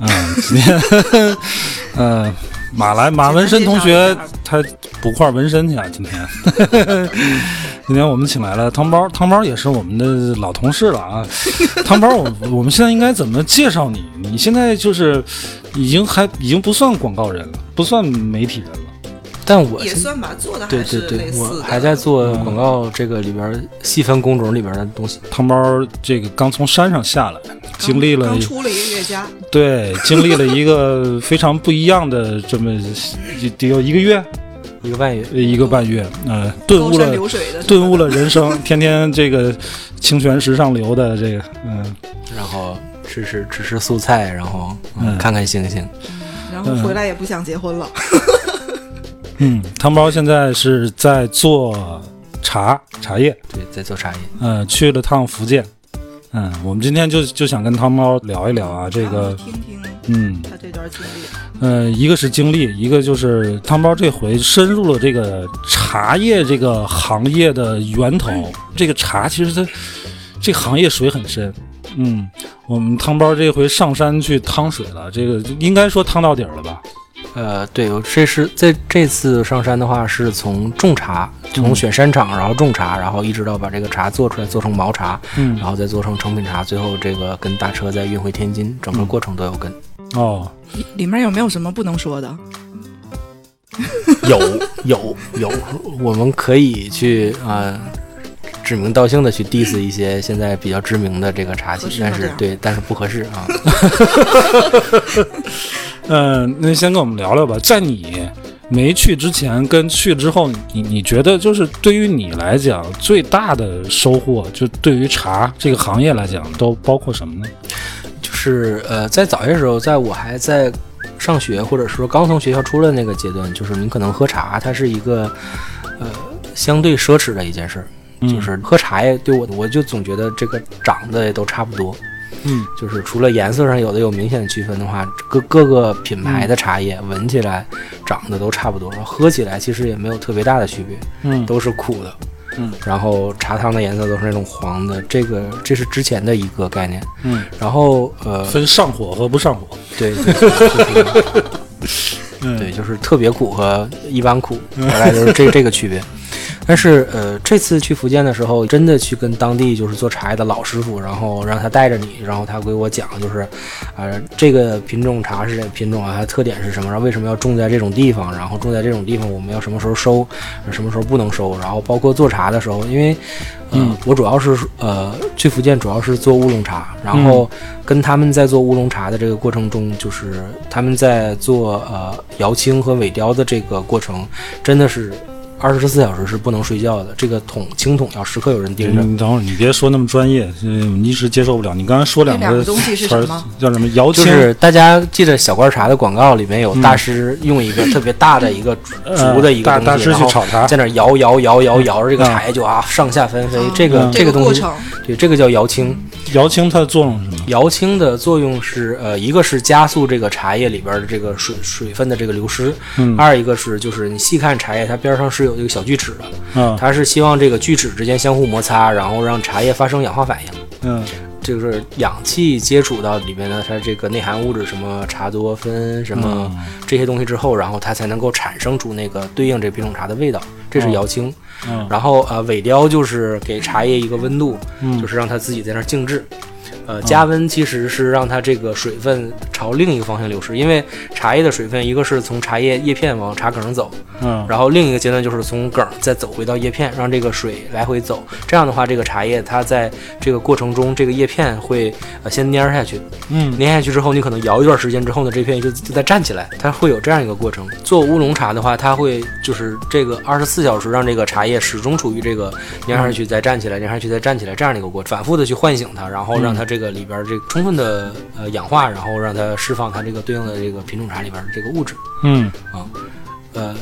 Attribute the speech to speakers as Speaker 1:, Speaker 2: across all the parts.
Speaker 1: 嗯，今天，呃，马来马纹身同学他补块纹身去啊，今天。 今天我们请来了汤包，汤包也是我们的老同事了啊。汤包，我我们现在应该怎么介绍你？你现在就是已经还已经不算广告人了，不算媒体人了。
Speaker 2: 但我
Speaker 3: 也
Speaker 2: 现
Speaker 3: 算吧，做的
Speaker 2: 对
Speaker 3: 还
Speaker 2: 对
Speaker 3: 是类
Speaker 2: 对，
Speaker 3: 似
Speaker 2: 我
Speaker 3: 的，
Speaker 2: 还在嗯做广告这个里边儿细分工种里边儿的东西。
Speaker 1: 汤包这个刚从山上下来，经历了
Speaker 3: 刚出了一个月家，
Speaker 1: 对，经历了一个非常不一样的这么得有一个月
Speaker 2: 一个半月，
Speaker 1: 一个半月，呃，顿
Speaker 3: 高
Speaker 1: 悟
Speaker 3: 山
Speaker 1: 了
Speaker 3: 流水的，
Speaker 1: 顿悟了人生，天天这个清泉石上流的这个，嗯，
Speaker 2: 然后吃吃吃吃素菜，然后、嗯
Speaker 1: 嗯
Speaker 2: 看看星星。
Speaker 3: 然后回来也不想结婚了，
Speaker 1: 嗯，汤包现在是在做茶茶叶，
Speaker 2: 对，在做茶叶。
Speaker 1: 嗯，去了趟福建，嗯，我们今天就就想跟汤包聊一聊啊，这
Speaker 3: 然后
Speaker 1: 个，
Speaker 3: 听听
Speaker 1: 嗯
Speaker 3: 他这段经历，
Speaker 1: 呃，一个是经历，一个就是汤包这回深入了这个茶叶这个行业的源头，这个茶其实它这个行业水很深。嗯，我们汤包这回上山去趟水了，这个应该说趟到底儿了吧？
Speaker 2: 呃，对，我这是在这次上山的话，是从种茶，从选山场，然后种茶，然后一直到把这个茶做出来，做成毛茶，
Speaker 1: 嗯
Speaker 2: 然后再做成成品茶，最后这个跟大车再运回天津，整个过程都有跟。
Speaker 1: 哦，
Speaker 3: 里里面有没有什么不能说的？
Speaker 2: 有有有，我们可以去呃指名道姓的去 diss 一些现在比较知名的这个茶企
Speaker 3: 合，适吗
Speaker 2: 但
Speaker 3: 这
Speaker 2: 是
Speaker 3: 样
Speaker 2: 对，但是不合适啊。
Speaker 1: 嗯、那先跟我们聊聊吧，在你没去之前跟去之后，你你觉得就是对于你来讲最大的收获，就对于茶这个行业来讲，都包括什么呢？
Speaker 2: 就是呃，在早些时候，在我还在上学或者说刚从学校出来那个阶段，就是你可能喝茶，它是一个呃相对奢侈的一件事儿。就是喝茶叶对我，我就总觉得这个长得也都差不多，
Speaker 1: 嗯，
Speaker 2: 就是除了颜色上有的有明显的区分的话，各各个品牌的茶叶闻起来长得都差不多，然后喝起来其实也没有特别大的区别，
Speaker 1: 嗯
Speaker 2: 都是苦的，
Speaker 1: 嗯，
Speaker 2: 然后茶汤的颜色都是那种黄的，这个这是之前的一个概念，
Speaker 1: 嗯，
Speaker 2: 然后呃，
Speaker 1: 分上火和不上火。
Speaker 2: 对，对就是
Speaker 1: 嗯
Speaker 2: 对，就是特别苦和一般苦，大概就是这这个区别。但是呃，这次去福建的时候，真的去跟当地就是做茶叶的老师傅，然后让他带着你，然后他给我讲，就是，呃，这个品种茶是这个品种啊，它的特点是什么，然后为什么要种在这种地方，然后种在这种地方我们要什么时候收，什么时候不能收，然后包括做茶的时候，因为，呃、
Speaker 1: 嗯
Speaker 2: 我主要是呃去福建主要是做乌龙茶，然后跟他们在做乌龙茶的这个过程中，就是他们在做呃摇青和尾雕的这个过程，真的是二十四小时是不能睡觉的。这个桶青桶要时刻有人盯着。
Speaker 1: 你嗯等会儿，你别说那么专业，嗯，你一时接受不了。你刚才说两
Speaker 3: 这两
Speaker 1: 个
Speaker 3: 个东西是
Speaker 1: 词儿
Speaker 3: 什么？
Speaker 1: 叫什么？摇
Speaker 2: 就
Speaker 1: 青、
Speaker 2: 是大家记得小罐茶的广告里面有大师用一个特别大的一个竹
Speaker 1: 嗯呃
Speaker 2: 竹的一个
Speaker 1: 大
Speaker 2: 东西，
Speaker 1: 大师去
Speaker 2: 然后
Speaker 1: 炒茶
Speaker 2: 在那儿摇摇摇摇摇，这个茶叶就啊上下翻飞。这个
Speaker 1: 嗯
Speaker 2: 这个东
Speaker 3: 过
Speaker 2: 西，
Speaker 3: 程
Speaker 2: 对这个叫摇青。
Speaker 1: 摇青，它的作用是什么？
Speaker 2: 摇青的作用是，呃，一个是加速这个茶叶里边儿的这个水水分的这个流失，
Speaker 1: 嗯
Speaker 2: 二一个是就是你细看茶叶，它边上是有这个小锯齿的，
Speaker 1: 嗯
Speaker 2: 它是希望这个锯齿之间相互摩擦，然后让茶叶发生氧化反应，
Speaker 1: 嗯
Speaker 2: 就是氧气接触到里面的它这个内含物质，什么茶多酚什
Speaker 1: 嗯
Speaker 2: 么这些东西之后，然后它才能够产生出那个对应这品种茶的味道，这是
Speaker 1: 哦
Speaker 2: 摇青。
Speaker 1: 嗯
Speaker 2: 然后呃，尾雕就是给茶叶一个温度，
Speaker 1: 嗯
Speaker 2: 就是让它自己在那儿静置。呃，加温其实是让它这个水分朝另一个方向流失，因为茶叶的水分一个是从茶叶叶片往茶梗上走，
Speaker 1: 嗯
Speaker 2: 然后另一个阶段就是从梗儿再走回到叶片，让这个水来回走。这样的话，这个茶叶它在这个过程中，这个叶片会呃先蔫儿下去，
Speaker 1: 嗯
Speaker 2: 粘下去之后，你可能摇一段时间之后呢，这片就就再站起来，它会有这样一个过程。做乌龙茶的话，它会就是这个二十四小时让这个茶叶始终处于这个粘上去再站起来，粘上去再站起来这样的一个过程，反复的去唤醒它，然后让它这个里边儿这个充分的呃氧化，然后让它释放它这个对应的这个品种茶里边儿的这个物质。
Speaker 1: 嗯
Speaker 2: 呃，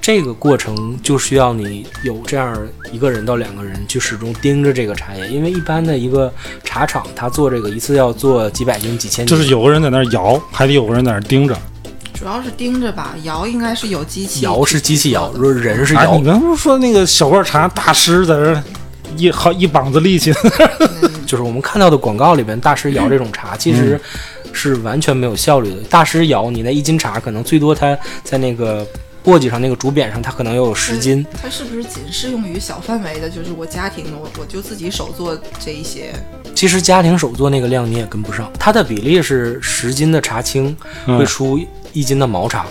Speaker 2: 这个过程就需要你有这样一个人到两个人去始终盯着这个茶叶，因为一般的一个茶厂，他做这个一次要做几百斤、几千斤，
Speaker 1: 就是有个人在那儿摇，还得有个人在那儿盯着。
Speaker 3: 主要是盯着吧，摇应该是有机器，
Speaker 2: 摇是机器摇，说人是
Speaker 1: 哎，
Speaker 2: 摇
Speaker 1: 你。刚不是说那个小罐茶大师在这儿一好一膀子力气？
Speaker 2: 就是我们看到的广告里边，大师摇这种
Speaker 1: 嗯
Speaker 2: 茶，其实是完全没有效率的。大师摇你那一斤茶，可能最多他在那个簸箕上那个竹匾上，他可能有十斤。
Speaker 3: 它是不是仅适用于小范围的？就是我家庭的，我我就自己手做这一些。
Speaker 2: 其实家庭手做那个量你也跟不上，它的比例是十斤的茶青会出一斤的毛茶，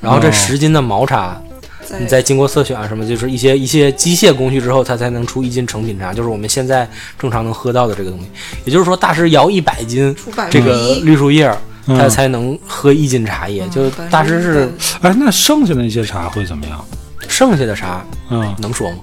Speaker 2: 然后这
Speaker 1: 嗯哦
Speaker 2: 十斤的毛茶。
Speaker 3: 在
Speaker 2: 你再经过色选啊什么，就是一些一些机械工序之后，它才能出一斤成品茶，就是我们现在正常能喝到的这个东西。也就是说，大师摇一百斤
Speaker 3: 出百
Speaker 2: 这
Speaker 3: 分之
Speaker 2: 个
Speaker 3: 一，
Speaker 2: 绿树叶，
Speaker 1: 嗯
Speaker 2: 它才能喝一斤茶叶。
Speaker 3: 嗯
Speaker 2: 就大师是
Speaker 1: 哎，那剩下那些茶会怎么样？
Speaker 2: 剩下的茶
Speaker 1: 嗯，
Speaker 2: 能说吗？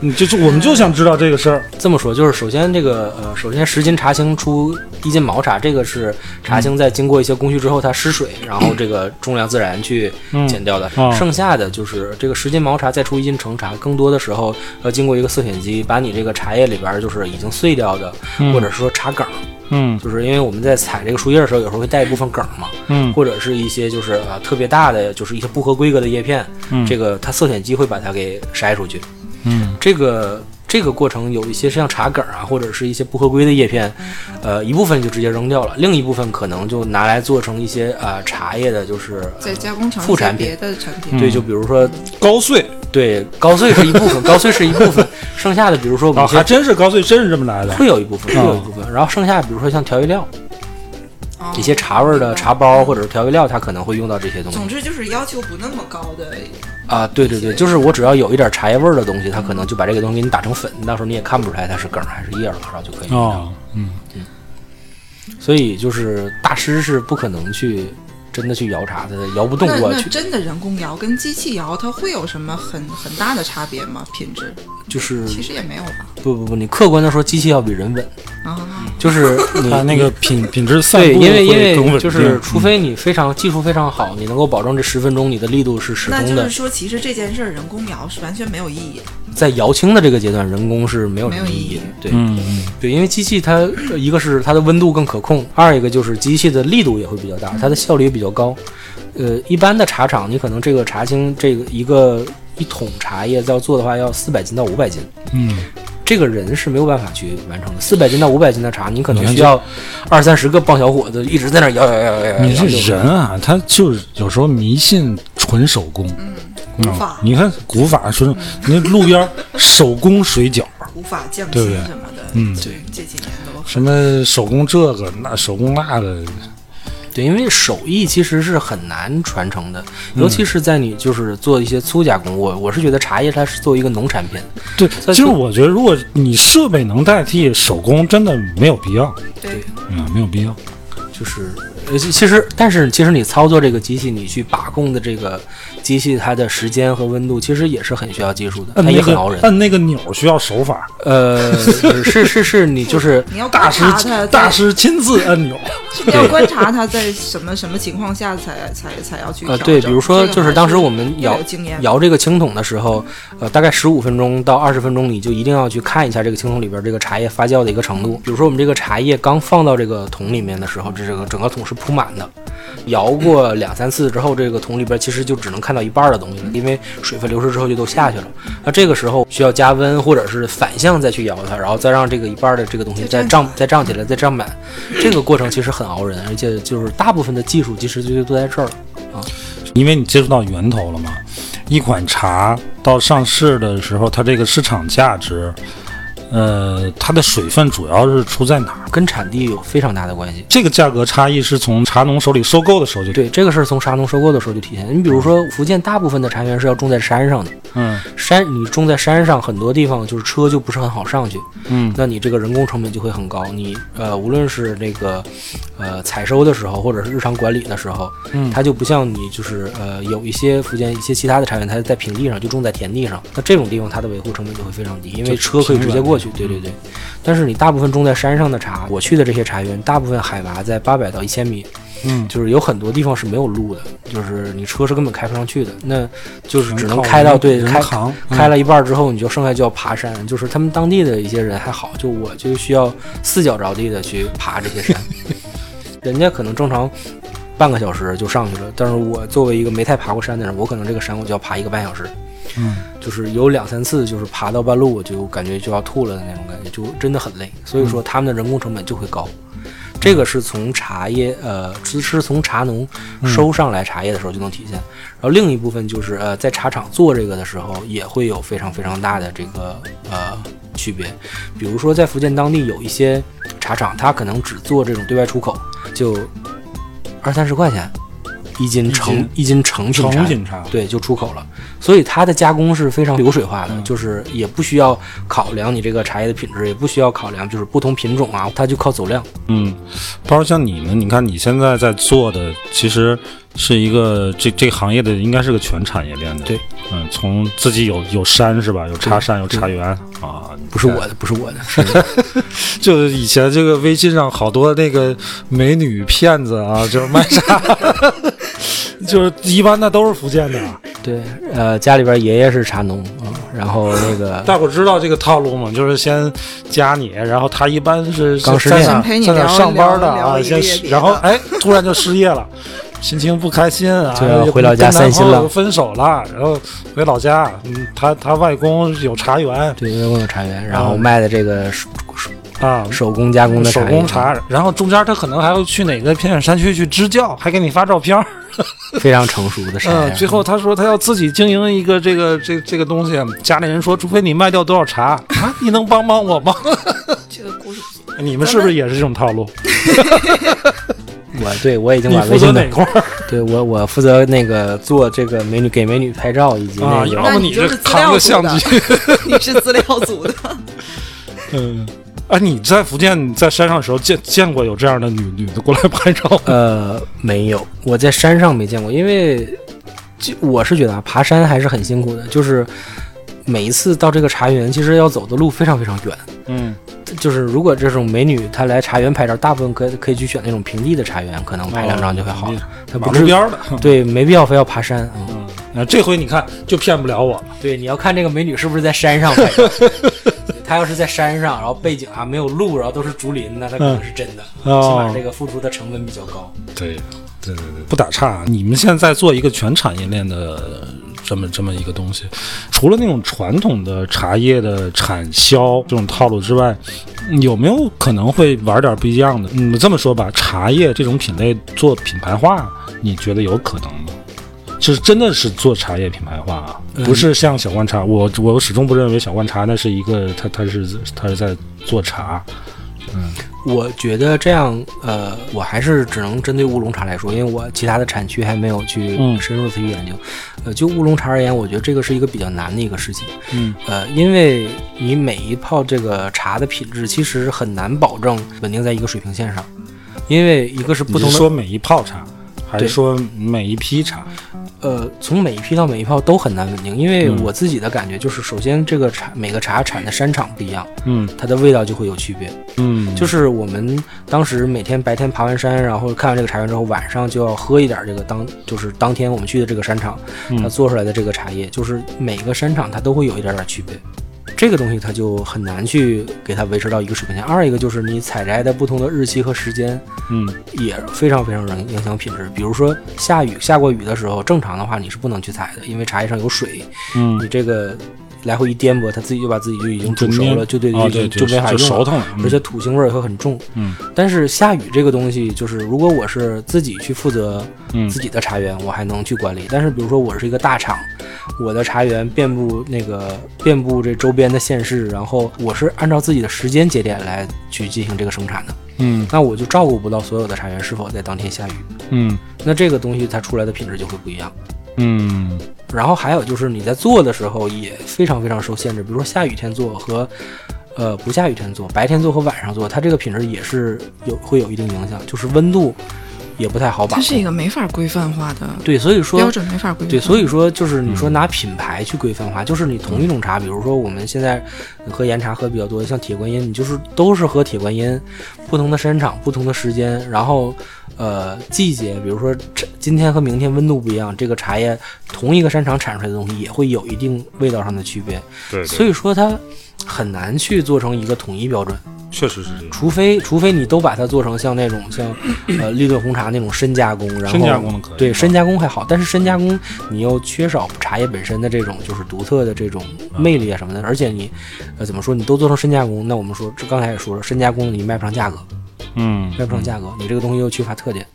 Speaker 1: 你就是我们就想知道这个事儿。
Speaker 2: 这么说，就是首先这个呃，首先十斤茶青出一斤毛茶，这个是茶青在经过一些工序之后，它失水，然后这个重量自然去
Speaker 1: 嗯
Speaker 2: 减掉的。
Speaker 1: 哦
Speaker 2: 剩下的就是这个十斤毛茶再出一斤成茶，更多的时候要经过一个色选机，把你这个茶叶里边儿就是已经碎掉的，
Speaker 1: 嗯
Speaker 2: 或者说茶梗儿，
Speaker 1: 嗯
Speaker 2: 就是因为我们在采这个树叶的时候，有时候会带一部分梗儿嘛，
Speaker 1: 嗯
Speaker 2: 或者是一些就是呃特别大的，就是一些不合规格的叶片，
Speaker 1: 嗯
Speaker 2: 这个它色选机会把它给筛出去。
Speaker 1: 嗯
Speaker 2: 这个这个过程有一些像茶梗啊，或者是一些不合规的叶片，呃，一部分就直接扔掉了，另一部分可能就拿来做成一些呃茶叶的，就是
Speaker 3: 在加工厂
Speaker 2: 副产品
Speaker 3: 别的产品。
Speaker 1: 嗯
Speaker 2: 对，就比如说
Speaker 1: 高碎啊
Speaker 2: 对高碎是一部分，高碎是一 部分，剩下的比如说我
Speaker 1: 啊，
Speaker 2: 们
Speaker 1: 还
Speaker 2: 先
Speaker 1: 真是高碎，真是这么来的。
Speaker 2: 会有一部分，
Speaker 1: 哦
Speaker 2: 会有一部分，然后剩下比如说像调味料，
Speaker 3: 哦
Speaker 2: 一些茶味儿的茶包或者是调味料，它可能会用到这些东西
Speaker 3: 总之就是要求不那么高的，
Speaker 2: 啊，对对对，就是我只要有一点茶叶味儿的东西，它可能就把这个东西给你打成粉，到时候你也看不出来它是梗儿还是叶儿了，然后就可以用到。
Speaker 1: 哦，嗯
Speaker 2: 所以就是大师是不可能去真的去摇茶的，摇不动
Speaker 3: 那
Speaker 2: 过
Speaker 3: 那
Speaker 2: 去。
Speaker 3: 真的人工摇跟机器摇，它会有什么很很大的差别吗？品质
Speaker 2: 嗯就是
Speaker 3: 其实也没有吧。
Speaker 2: 不不不，你客观的说，机器要比人稳，
Speaker 3: 啊，
Speaker 2: 就是你
Speaker 1: 它那个品品质散
Speaker 2: 对，
Speaker 1: 布
Speaker 2: 因为因
Speaker 1: 会更稳
Speaker 2: 为
Speaker 1: 定
Speaker 2: 就是，除
Speaker 1: 嗯
Speaker 2: 非你非常技术非常好，你能够保证这十分钟你的力度是始
Speaker 3: 那
Speaker 2: 终
Speaker 3: 就
Speaker 2: 的
Speaker 3: 是，说，其实这件事儿人工摇是完全没有意义的。
Speaker 2: 在摇青的这个阶段，人工是没有什么
Speaker 3: 没有
Speaker 2: 意义的
Speaker 3: 意义。
Speaker 2: 对
Speaker 1: 嗯嗯
Speaker 2: 对，因为机器它呃一个是它的温度更可控，二一个就是机器的力度也会比较大，它的效率也比较高。呃，一般的茶厂，你可能这个茶青这个一个一桶茶叶要做的话，要四百斤到五百斤。
Speaker 1: 嗯，
Speaker 2: 这个人是没有办法去完成的。四百斤到五百斤的茶，你可能
Speaker 1: 你看
Speaker 2: 需要二三十个棒小伙子一直在那儿摇摇摇摇
Speaker 3: 哎
Speaker 2: 摇摇。
Speaker 1: 你这
Speaker 2: 摇
Speaker 1: 人啊，他就是有时候迷信纯手工，嗯
Speaker 3: 古法
Speaker 1: 你看古法说，那路边儿手工水 饺，
Speaker 3: 无法降
Speaker 1: 对不
Speaker 3: 薪
Speaker 1: 对
Speaker 3: 什么的，
Speaker 1: 嗯
Speaker 3: 对，这几年都
Speaker 1: 什么手工这个那手工那个，
Speaker 2: 对，因为手艺其实是很难传承的，尤
Speaker 1: 嗯
Speaker 2: 其是在你就是做一些粗加工。我我是觉得茶叶它是作为一个农产品，
Speaker 1: 对，
Speaker 2: 以
Speaker 1: 其实我觉得如果你设备能代替手工，真的没有必要，
Speaker 3: 对，
Speaker 1: 嗯，没有必要，
Speaker 2: 就是呃，其其实但是其实你操作这个机器，你去把控的这个机器它的时间和温度，其实也是很需要技术的，
Speaker 1: 摁
Speaker 2: 它
Speaker 1: 嗯
Speaker 2: 也
Speaker 1: 那
Speaker 2: 很
Speaker 1: 个
Speaker 2: 熬人。
Speaker 1: 摁那个钮儿需要手法，
Speaker 2: 呃，是是是，你就是
Speaker 3: 你要
Speaker 1: 大
Speaker 3: 观
Speaker 1: 师
Speaker 3: 察它，
Speaker 1: 大
Speaker 3: 在
Speaker 1: 师亲自摁钮儿，
Speaker 3: 你要
Speaker 2: 对
Speaker 3: 观察它在什么什么情况下才才才要去
Speaker 2: 呃，
Speaker 3: 调
Speaker 2: 对，比
Speaker 3: 整
Speaker 2: 如
Speaker 3: 这
Speaker 2: 说
Speaker 3: 个
Speaker 2: 就是
Speaker 3: 还
Speaker 2: 当时我们
Speaker 3: 要
Speaker 2: 摇
Speaker 3: 有经验，
Speaker 2: 摇这个青桶的时候，呃，大概十五分钟到二十分钟，你就一定要去看一下这个青桶里边这个茶叶发酵的一个程度。比如说我们这个茶叶刚放到这个桶里面的时候，这这个整个桶是铺满的，摇 过两三次之后，这个桶里边其实就只能看到一半的东西了，因为水分流失之后就都下去了。那这个时候需要加温或者是反向再去摇它，然后再让这个一半的这个东西
Speaker 3: 再
Speaker 2: 再
Speaker 3: 站
Speaker 2: 胀再胀起来，再胀满。这个过程其实很熬人，而且就是大部分的技术其实就都在这儿了。
Speaker 1: 因为你接触到源头了嘛。一款茶到上市的时候，它这个市场价值，呃，它的水分主要是出在哪儿？
Speaker 2: 跟产地有非常大的关系。
Speaker 1: 这个价格差异是从茶农手里收购的时候就，
Speaker 2: 对这个事儿，从茶农收购的时候就体现。你比如说，福建大部分的茶园是要种在山上的，
Speaker 1: 嗯
Speaker 2: 山你种在山上，很多地方就是车就不是很好上去，
Speaker 1: 嗯
Speaker 2: 那你这个人工成本就会很高。你呃，无论是那个呃采收的时候，或者是日常管理的时候，
Speaker 1: 嗯
Speaker 2: 它就不像你就是呃有一些福建一些其他的茶园，它在平地上就种在田地上，那这种地方它的维护成本就会非常低，因为车可以直接过嗯过去，对对对。但是你大部分种在山上的茶，我去的这些茶园，大部分海拔在八百到一千米，
Speaker 1: 嗯，
Speaker 2: 就是有很多地方是没有路的，就是你车是根本开不上去的，那就是只能
Speaker 1: 靠
Speaker 2: 开到
Speaker 1: 人
Speaker 2: 对
Speaker 1: 人
Speaker 2: 开
Speaker 1: 扛嗯
Speaker 2: 开了一半儿之后，你就剩下就要爬山，就是他们当地的一些人还好，就我就需要四脚着地的去爬这 些山，人家可能正常半个小时就上去了，但是我作为一个没太爬过山的人，我可能这个山我就要爬一个半小时，
Speaker 1: 嗯，
Speaker 2: 就是有两三次就是爬到半路我就感觉就要吐了的那种感觉，就真的很累，所以说他们的人工成本就会高。这个是从茶叶，呃，是是从茶农
Speaker 1: 嗯
Speaker 2: 收上来茶叶的时候就能体现。然后另一部分就是，呃，在茶厂做这个的时候，也会有非常非常大的这个呃区别。比如说在福建当地有一些茶厂，它可能只做这种对外出口，就二三十块钱一斤成一斤成品茶
Speaker 1: 成，品茶，
Speaker 2: 对，就出口了。所以它的加工是非常流水化的，
Speaker 1: 嗯
Speaker 2: 就是也不需要考量你这个茶叶的品质，也不需要考量就是不同品种啊，它就靠走量。
Speaker 1: 嗯，包括像你们，你看你现在在做的，其实是一个这这个行业的，应该是个全产业链的。
Speaker 2: 对，
Speaker 1: 嗯，从自己有有山是吧？有茶山，有
Speaker 2: 对
Speaker 1: 茶园啊，
Speaker 2: 不是我的，不是我的，是
Speaker 1: 就是以前这个微信上好多那个美女骗子啊， 就是卖茶，就是一般的都是福建的。 啊
Speaker 2: 对，呃，家里边爷爷是茶农，嗯，然后那 个
Speaker 1: 大伙儿知道这个套路吗？就是先加你，然后他一般是
Speaker 2: 刚
Speaker 1: 是
Speaker 2: 失
Speaker 1: 在
Speaker 2: 业
Speaker 1: 哪
Speaker 2: 先
Speaker 1: 在
Speaker 3: 陪你
Speaker 1: 哪
Speaker 3: 聊一
Speaker 1: 上班
Speaker 3: 聊
Speaker 1: 的
Speaker 3: 聊
Speaker 1: 啊，
Speaker 3: 一个
Speaker 1: 先
Speaker 3: 月
Speaker 1: 是
Speaker 3: 别
Speaker 1: 然后
Speaker 3: 的
Speaker 1: 哎突然就失业了， 心情不开心啊，
Speaker 2: 就要
Speaker 1: 又
Speaker 2: 回老家
Speaker 1: 跟男
Speaker 2: 散心
Speaker 1: 朋友
Speaker 2: 了
Speaker 1: 分手了，然后回老家，嗯，他他外公有茶园
Speaker 2: 对，因为我有茶园，然
Speaker 1: 啊
Speaker 2: 后卖的这个手手
Speaker 1: 啊。
Speaker 2: 手工加工的
Speaker 1: 手
Speaker 2: 茶叶
Speaker 1: 工茶，然后中间他可能还会去哪个偏远山区去支教，还给你发照片儿。
Speaker 2: 非常成熟的茶
Speaker 1: 嗯
Speaker 2: 叶，，
Speaker 1: 最后他说他要自己经营一个这个这这个东西，啊家里人说，除非你卖掉多少茶啊，你能帮帮我吗？
Speaker 3: 这个故事不 错
Speaker 1: 你们是不是也是这种套路？
Speaker 2: 我对我已经
Speaker 1: 你
Speaker 2: 把
Speaker 1: 负
Speaker 2: 微
Speaker 1: 责
Speaker 2: 信的
Speaker 1: 哪，块儿
Speaker 2: 对我我负责那个做这个美女给美女拍照以及
Speaker 1: 啊？
Speaker 2: 那
Speaker 1: 要不
Speaker 2: 个，
Speaker 3: 那你就是是资
Speaker 1: 扛
Speaker 3: 料
Speaker 1: 个
Speaker 3: 组
Speaker 1: 相
Speaker 3: 的
Speaker 1: 机？
Speaker 3: 你是资料组 的，
Speaker 1: 嗯，哎，你在福建在山上的时候见见过有这样的女女的过来拍照吗？
Speaker 2: 呃，没有，我在山上没见过，因为就我是觉得啊，爬山还是很辛苦的，就是每一次到这个茶园，其实要走的路非常非常远。
Speaker 1: 嗯，
Speaker 2: 就是如果这种美女她来茶园拍照，大部分可以可以去选那种平地的茶园，可能拍两张就会好了。她
Speaker 1: 马
Speaker 2: 不
Speaker 1: 路
Speaker 2: 是
Speaker 1: 边儿的。
Speaker 2: 对，没必要非要爬山啊、嗯
Speaker 1: 嗯， 啊这回你看就骗不了我。
Speaker 2: 对，你要看这个美女是不是在山上拍照。 她要是在山上，然后背景啊没有路，然后都是竹林，那她可能是真的，
Speaker 1: 嗯
Speaker 2: 起码
Speaker 1: 哦
Speaker 2: 这个付出的成本比较高。
Speaker 1: 对，对对对，不打岔啊。你们现在做一个全产业链的呃这么这么一个东西，除了那种传统的茶叶的产销这种套路之外，嗯有没有可能会玩点不一样的？嗯，这么说吧，茶叶这种品类做品牌化，你觉得有可能吗？就是真的是做茶叶品牌化啊，不是像小罐茶。我我始终不认为小罐茶那是一个，它它是它是在做茶。
Speaker 2: 我觉得这样，呃，我还是只能针对乌龙茶来说，因为我其他的产区还没有去
Speaker 1: 嗯
Speaker 2: 深入的去研究。呃，就乌龙茶而言，我觉得这个是一个比较难的一个事情。
Speaker 1: 嗯，
Speaker 2: 呃，因为你每一泡这个茶的品质，其实很难保证稳定在一个水平线上，因为一个是不
Speaker 1: 你
Speaker 2: 同
Speaker 1: 是
Speaker 2: 的
Speaker 1: 说每一泡茶，还是
Speaker 2: 对
Speaker 1: 说每一批茶？
Speaker 2: 呃，从每一批到每一泡都很难稳定，因为
Speaker 1: 嗯
Speaker 2: 我自己的感觉就是，首先这个茶每个茶产的山场不一样，
Speaker 1: 嗯
Speaker 2: 它的味道就会有区别。
Speaker 1: 嗯，
Speaker 2: 就是我们当时每天白天爬完山，然后看完这个茶园之后，晚上就要喝一点这个当就是当天我们去的这个山场，
Speaker 1: 嗯
Speaker 2: 它做出来的这个茶叶，就是每个山场它都会有一点点区别。这个东西它就很难去给它维持到一个水平线。二一个就是你采摘的不同的日期和时间
Speaker 1: 嗯
Speaker 2: 也非常非常影影响品质。比如说下雨下过雨的时候，正常的话你是不能去采的，因为茶叶上有水，
Speaker 1: 嗯
Speaker 2: 你，这个来回一颠簸，它自己就把自己就已经
Speaker 1: 就
Speaker 2: 煮熟
Speaker 1: 蔫
Speaker 2: 了，就对，
Speaker 1: 哦
Speaker 2: 就
Speaker 1: 对，
Speaker 2: 就没法
Speaker 1: 就
Speaker 2: 用了
Speaker 1: 熟。透了，嗯
Speaker 2: 而且土腥味儿会很重。
Speaker 1: 嗯，
Speaker 2: 但是下雨这个东西，就是如果我是自己去负责
Speaker 1: 嗯
Speaker 2: 自己的茶园，我还能去管理。但是比如说我是一个大厂，我的茶园遍布那个遍布这周边的县市，然后我是按照自己的时间节点来去进行这个生产的，
Speaker 1: 嗯
Speaker 2: 那我就照顾不到所有的茶园是否在当天下雨。
Speaker 1: 嗯
Speaker 2: 那这个东西它出来的品质就会不一样。
Speaker 1: 嗯
Speaker 2: 然后还有就是你在做的时候也非常非常受限制，比如说下雨天做和呃不下雨天做，白天做和晚上做，它这个品质也是有会有一定影响，就是温度也不太好把
Speaker 3: 它
Speaker 2: 控。
Speaker 3: 是一个没法规范化的
Speaker 2: 对，所以说
Speaker 3: 标准，没法规范。
Speaker 2: 对，所以
Speaker 1: 嗯
Speaker 2: 说就是你说拿品牌去规范化，就是你同一种茶，比如说我们现在喝岩茶喝比较多，像铁观音，你就是都是喝铁观音，不同的山场、不同的时间，然后呃季节，比如说这今天和明天温度不一样，这个茶叶同一个山场产出来的东西也会有一定味道上的区别，
Speaker 1: 对，
Speaker 2: 所
Speaker 1: 以
Speaker 2: 以说它很难去做成一个统一标准。
Speaker 1: 确实是这样。
Speaker 2: 除非除非你都把它做成像那种像呃利顿红茶那种深加工，然后
Speaker 1: 深加工的可以
Speaker 2: 对
Speaker 1: 啊
Speaker 2: 深加工还好，但是深加工你又缺少茶叶本身的这种就是独特的这种魅力啊什么的，而且你呃怎么说你都做成深加工，那我们说这刚才也说了，深加工你卖不上价格，
Speaker 1: 嗯
Speaker 2: 卖不上价格，你这个东西又缺乏特点。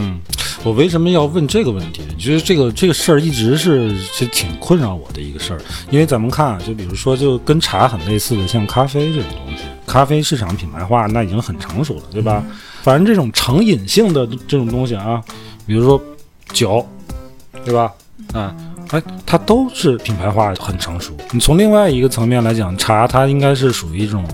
Speaker 1: 嗯，我为什么要问这个问题？就是这个这个事儿一直是是挺困扰我的一个事儿，因为咱们看啊，就比如说就跟茶很类似的，像咖啡这种东西，咖啡市场品牌化那已经很成熟了，对吧？反正这种成瘾性的这种东西啊，比如说酒，对吧？啊、哎，它都是品牌化很成熟。你从另外一个层面来讲，茶它应该是属于一种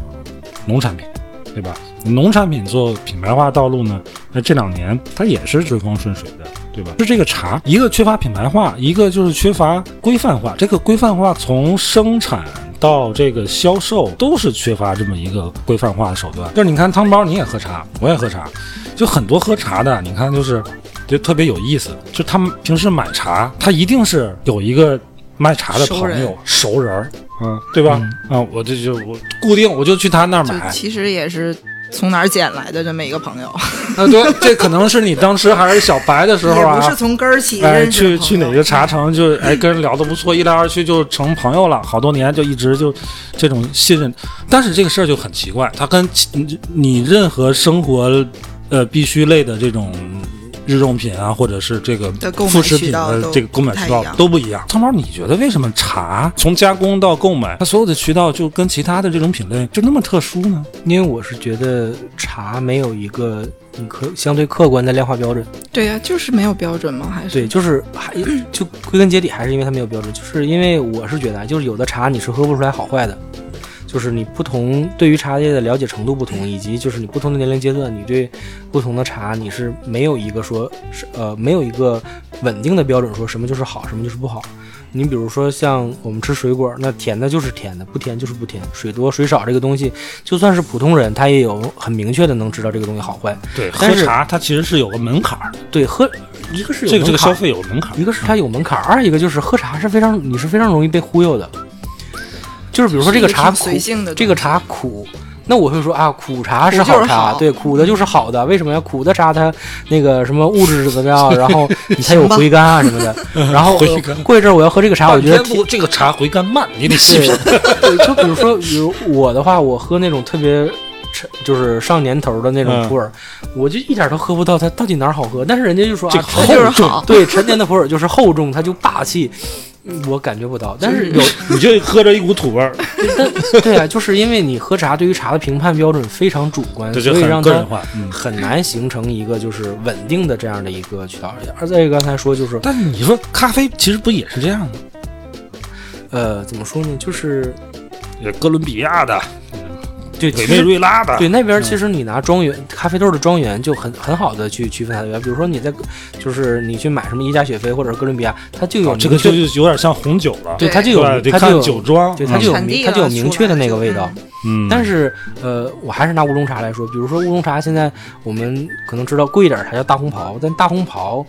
Speaker 1: 农产品，对吧？农产品做品牌化道路呢，那这两年它也是顺风顺水的，对吧？是这个茶，一个缺乏品牌化，一个就是缺乏规范化。这个规范化从生产到这个销售都是缺乏这么一个规范化的手段。就是你看汤包，你也喝茶，我也喝茶，就很多喝茶的，你看就是就特别有意思，就他们平时买茶，他一定是有一个卖茶的
Speaker 3: 熟
Speaker 1: 朋
Speaker 3: 人
Speaker 1: 友熟人儿。嗯，对吧？啊，我这就我固定我就去他那儿
Speaker 3: 就
Speaker 1: 买，
Speaker 3: 其实也是从哪儿捡来的这么一个朋友，
Speaker 1: 啊，对，这可能是你当时还是小白的时候啊，
Speaker 4: 也不是从根儿起
Speaker 1: 哎，
Speaker 4: 认识
Speaker 1: 去
Speaker 4: 的
Speaker 1: 去
Speaker 4: 朋友
Speaker 1: 哪个茶城就哎跟人聊得不错，一来二去就成朋友了，好多年就一直就这种信任。但是这个事儿就很奇怪，它跟其你你任何生活呃必需类的这种。日用品啊，或者是这个
Speaker 4: 的购买
Speaker 1: 副食
Speaker 4: 渠
Speaker 1: 品
Speaker 4: 道
Speaker 1: 的
Speaker 4: 都
Speaker 1: 这个购买
Speaker 4: 不太
Speaker 1: 渠道
Speaker 4: 一样
Speaker 1: 都不一样。汤包，你觉得为什么茶从加工到购买，它所有的渠道就跟其他的这种品类就那么特殊呢？
Speaker 2: 因为我是觉得茶没有一个你可相对客观的量化标准，
Speaker 3: 对呀、就是没有标准嘛， 还是
Speaker 2: 对，就是还 就归根结底还是因为它没有标准，就是因为我是觉得啊，就是有的茶你是喝不出来好坏的，就是你不同对于茶叶的了解程度不同，以及就是你不同的年龄阶段，你对不同的茶你是没有一个说是呃没有一个稳定的标准，说什么就是好，什么就是不好。你比如说像我们吃水果，那甜的就是甜的，不甜就是不甜，水多水少这个东西，就算是普通人他也有很明确的能知道这个东西好坏。
Speaker 1: 对，喝
Speaker 2: 但是
Speaker 1: 茶它其实是有个门槛儿的，
Speaker 2: 对，喝一个是有
Speaker 1: 这个这
Speaker 2: 门
Speaker 1: 个
Speaker 2: 槛
Speaker 1: 消费有门槛儿。
Speaker 2: 一个是它有门槛，二一个就是喝茶是非常你是非常容易被忽悠的，就是比如说这个茶
Speaker 3: 是一
Speaker 2: 苦
Speaker 3: 个挺随性的东西
Speaker 2: 这个茶苦。那我会说啊，苦茶是
Speaker 3: 苦就是
Speaker 2: 好茶，
Speaker 3: 好
Speaker 2: 对，苦的就是好的。为什么呀？苦的茶它那个什么物质怎么 样，然后它有回甘啊什么的。然后
Speaker 1: 回甘
Speaker 2: 呃过一阵儿我要喝这个茶，我觉得
Speaker 1: 半天不这个茶回甘慢，你得细
Speaker 2: 对
Speaker 1: 品。
Speaker 2: 对，就比如说，比如我的话，我喝那种特别沉，就是上年头的那种
Speaker 1: 嗯
Speaker 2: 普洱，我就一点都喝不到它到底哪儿好喝。但是人家就说
Speaker 1: 这
Speaker 2: 啊
Speaker 1: 个，
Speaker 2: 它
Speaker 1: 厚
Speaker 2: 是好，对，陈年的普洱就是厚重，它就霸气。嗯我感觉不到，但是有
Speaker 1: 你 就喝着一股土味 儿，
Speaker 2: 对啊，就是因为你喝茶对于茶的评判标准非常主观，
Speaker 1: 这
Speaker 2: 所
Speaker 1: 就
Speaker 2: 以让
Speaker 1: 很个
Speaker 2: 它
Speaker 1: 人化。嗯，
Speaker 2: 很难形成一个就是稳定的这样的一个渠道。而再一个刚才说就是
Speaker 1: 但是你说咖啡其实不也是这样吗？
Speaker 2: 呃怎么说呢，就是
Speaker 1: 哥伦比亚的、
Speaker 2: 对
Speaker 1: 委
Speaker 2: 其
Speaker 1: 内
Speaker 2: 实
Speaker 1: 瑞嗯拉的，
Speaker 2: 对，那边其实你拿庄园、咖啡豆的庄园就很很好的去区分它的原因，比如说你在就是你去买什么伊加雪菲或者哥伦比亚，它就有、
Speaker 1: 哦这个就就有点像红酒了，
Speaker 2: 对它就
Speaker 1: 对
Speaker 2: 有
Speaker 1: 吧？得
Speaker 2: 它就
Speaker 1: 看
Speaker 2: 有
Speaker 1: 酒庄，
Speaker 2: 对它就有
Speaker 3: 产地
Speaker 2: 它就有
Speaker 3: 啊
Speaker 2: 明
Speaker 3: 出
Speaker 2: 确的
Speaker 3: 来
Speaker 2: 那个
Speaker 3: 就
Speaker 2: 味道。
Speaker 1: 嗯，
Speaker 2: 但
Speaker 1: 是
Speaker 2: 是呃，我还是拿乌龙茶来说，比如说乌龙茶，现在我们可能知道贵一点儿茶叫大红袍，但大红袍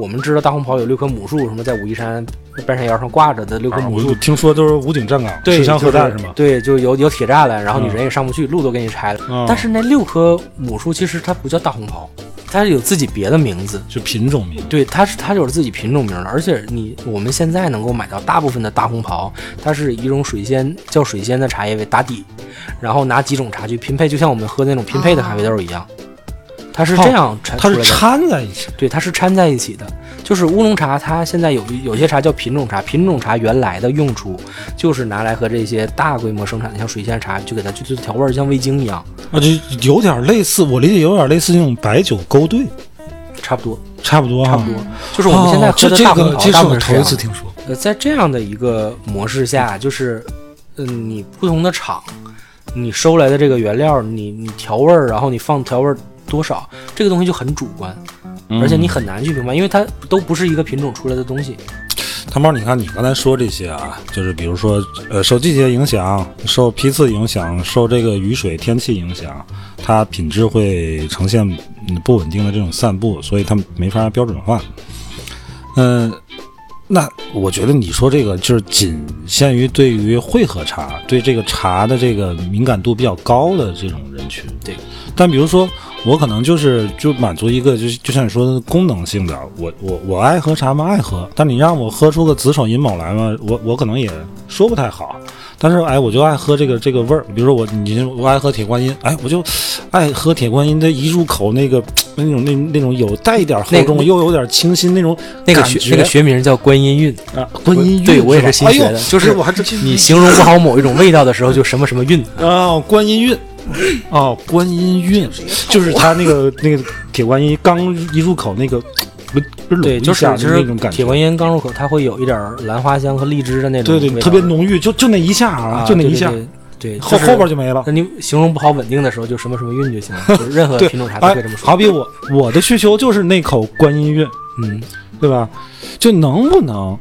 Speaker 2: 我们知道大红袍有六棵母树，什么在武夷山半山腰上挂着的六棵母
Speaker 1: 啊我
Speaker 2: 树
Speaker 1: 就听说都是武警站岗
Speaker 2: 对，
Speaker 1: 持枪
Speaker 2: 就
Speaker 1: 核弹
Speaker 2: 是
Speaker 1: 是吗？
Speaker 2: 对，就有有铁栅栏，然后你
Speaker 1: 嗯
Speaker 2: 人也上不去，路都给你拆了。
Speaker 1: 嗯
Speaker 2: 但是那六棵母树其实它不叫大红袍，它有自己别的名字。
Speaker 1: 就品种名，
Speaker 2: 对，它是它有自己品种名的，而且你我们现在能够买到大部分的大红袍，它是以一种水仙叫水仙的茶叶为打底，然后拿几种茶去拼配，就像我们喝那种拼配的咖啡豆一样，它是这样产出
Speaker 1: 哦它是
Speaker 2: 来的。
Speaker 1: 掺在一起。
Speaker 2: 对，它是掺在一起的。就是乌龙茶，它现在有有些茶叫品种茶，品种茶原来的用处就是拿来和这些大规模生产的像水仙茶，就给它去做调味儿，像味精一样，
Speaker 1: 啊，就有点类似，我理解有点类似那种白酒勾兑，
Speaker 2: 差不多，
Speaker 1: 差不多啊
Speaker 2: 差
Speaker 1: 哈
Speaker 2: 不。多。就是我们现在
Speaker 1: 哦
Speaker 2: 喝的
Speaker 1: 这
Speaker 2: 大
Speaker 1: 这
Speaker 2: 红
Speaker 1: 个，
Speaker 2: 袍，
Speaker 1: 这
Speaker 2: 大
Speaker 1: 是
Speaker 2: 部
Speaker 1: 我
Speaker 2: 分是
Speaker 1: 头
Speaker 2: 这
Speaker 1: 一
Speaker 2: 样
Speaker 1: 次
Speaker 2: 的。
Speaker 1: 听说。
Speaker 2: 呃，在这样的一个模式下，就是，嗯、你不同的厂，你收来的这个原料，你你调味儿，然后你放调味儿多少，这个东西就很主观。
Speaker 1: 嗯
Speaker 2: 而且你很难去评判，因为它都不是一个品种出来的东西。
Speaker 1: 汤包，你看你刚才说这些啊，就是比如说，呃，受季节影响，受批次影响，受这个雨水、天气影响，它品质会呈现嗯不稳定的这种散布，所以它没法标准化。嗯、那我觉得你说这个就是仅限于对于会喝茶，对这个茶的这个敏感度比较高的这种人群。
Speaker 2: 对，
Speaker 1: 但比如说我可能就是就满足一个就就像你说的功能性的，我我我爱喝茶嘛爱喝，但你让我喝出个子丑寅卯来嘛，我我可能也说不太好。但是哎，我就爱喝这个这个味儿，比如说我你我爱喝铁观音，哎，我就爱喝铁观音，它一入口那个那种那那种有带一点厚
Speaker 2: 那
Speaker 1: 重，又有点清新那种
Speaker 2: 那个
Speaker 1: 感
Speaker 2: 学
Speaker 1: 觉
Speaker 2: 那个学名叫观音韵，
Speaker 1: 啊，观音韵
Speaker 2: 对我也
Speaker 1: 吧
Speaker 2: 是新
Speaker 1: 哎
Speaker 2: 学
Speaker 1: 呦
Speaker 2: 的，就是
Speaker 1: 我还真
Speaker 2: 你形容不好某一种味道的时候，就什么什 么韵。
Speaker 1: 哦，观音韵，
Speaker 2: 嗯
Speaker 1: 哦，观音韵，就是它那 个那个铁观音刚一入口那个，不不
Speaker 2: 对，
Speaker 1: 是
Speaker 2: 就是
Speaker 1: 其
Speaker 2: 其
Speaker 1: 实那种
Speaker 2: 实
Speaker 1: 感
Speaker 2: 铁
Speaker 1: 觉，
Speaker 2: 观音刚入口，它会有一点儿兰花香和荔枝的那种
Speaker 1: 对
Speaker 2: 味道，
Speaker 1: 对，特别浓郁，就就那一下
Speaker 2: 啊，
Speaker 1: 就那
Speaker 2: 对
Speaker 1: 一下，，
Speaker 2: 对对，
Speaker 1: 后
Speaker 2: 就是
Speaker 1: 后边就没了。
Speaker 2: 那你形容不好稳定的时候，就什么什么韵就行了，就是任何
Speaker 1: 对
Speaker 2: 品种茶都
Speaker 1: 哎
Speaker 2: 可以这么，说。
Speaker 1: 好比我我的需求就是那口观音韵，
Speaker 2: 嗯，
Speaker 1: 对吧？就能不能，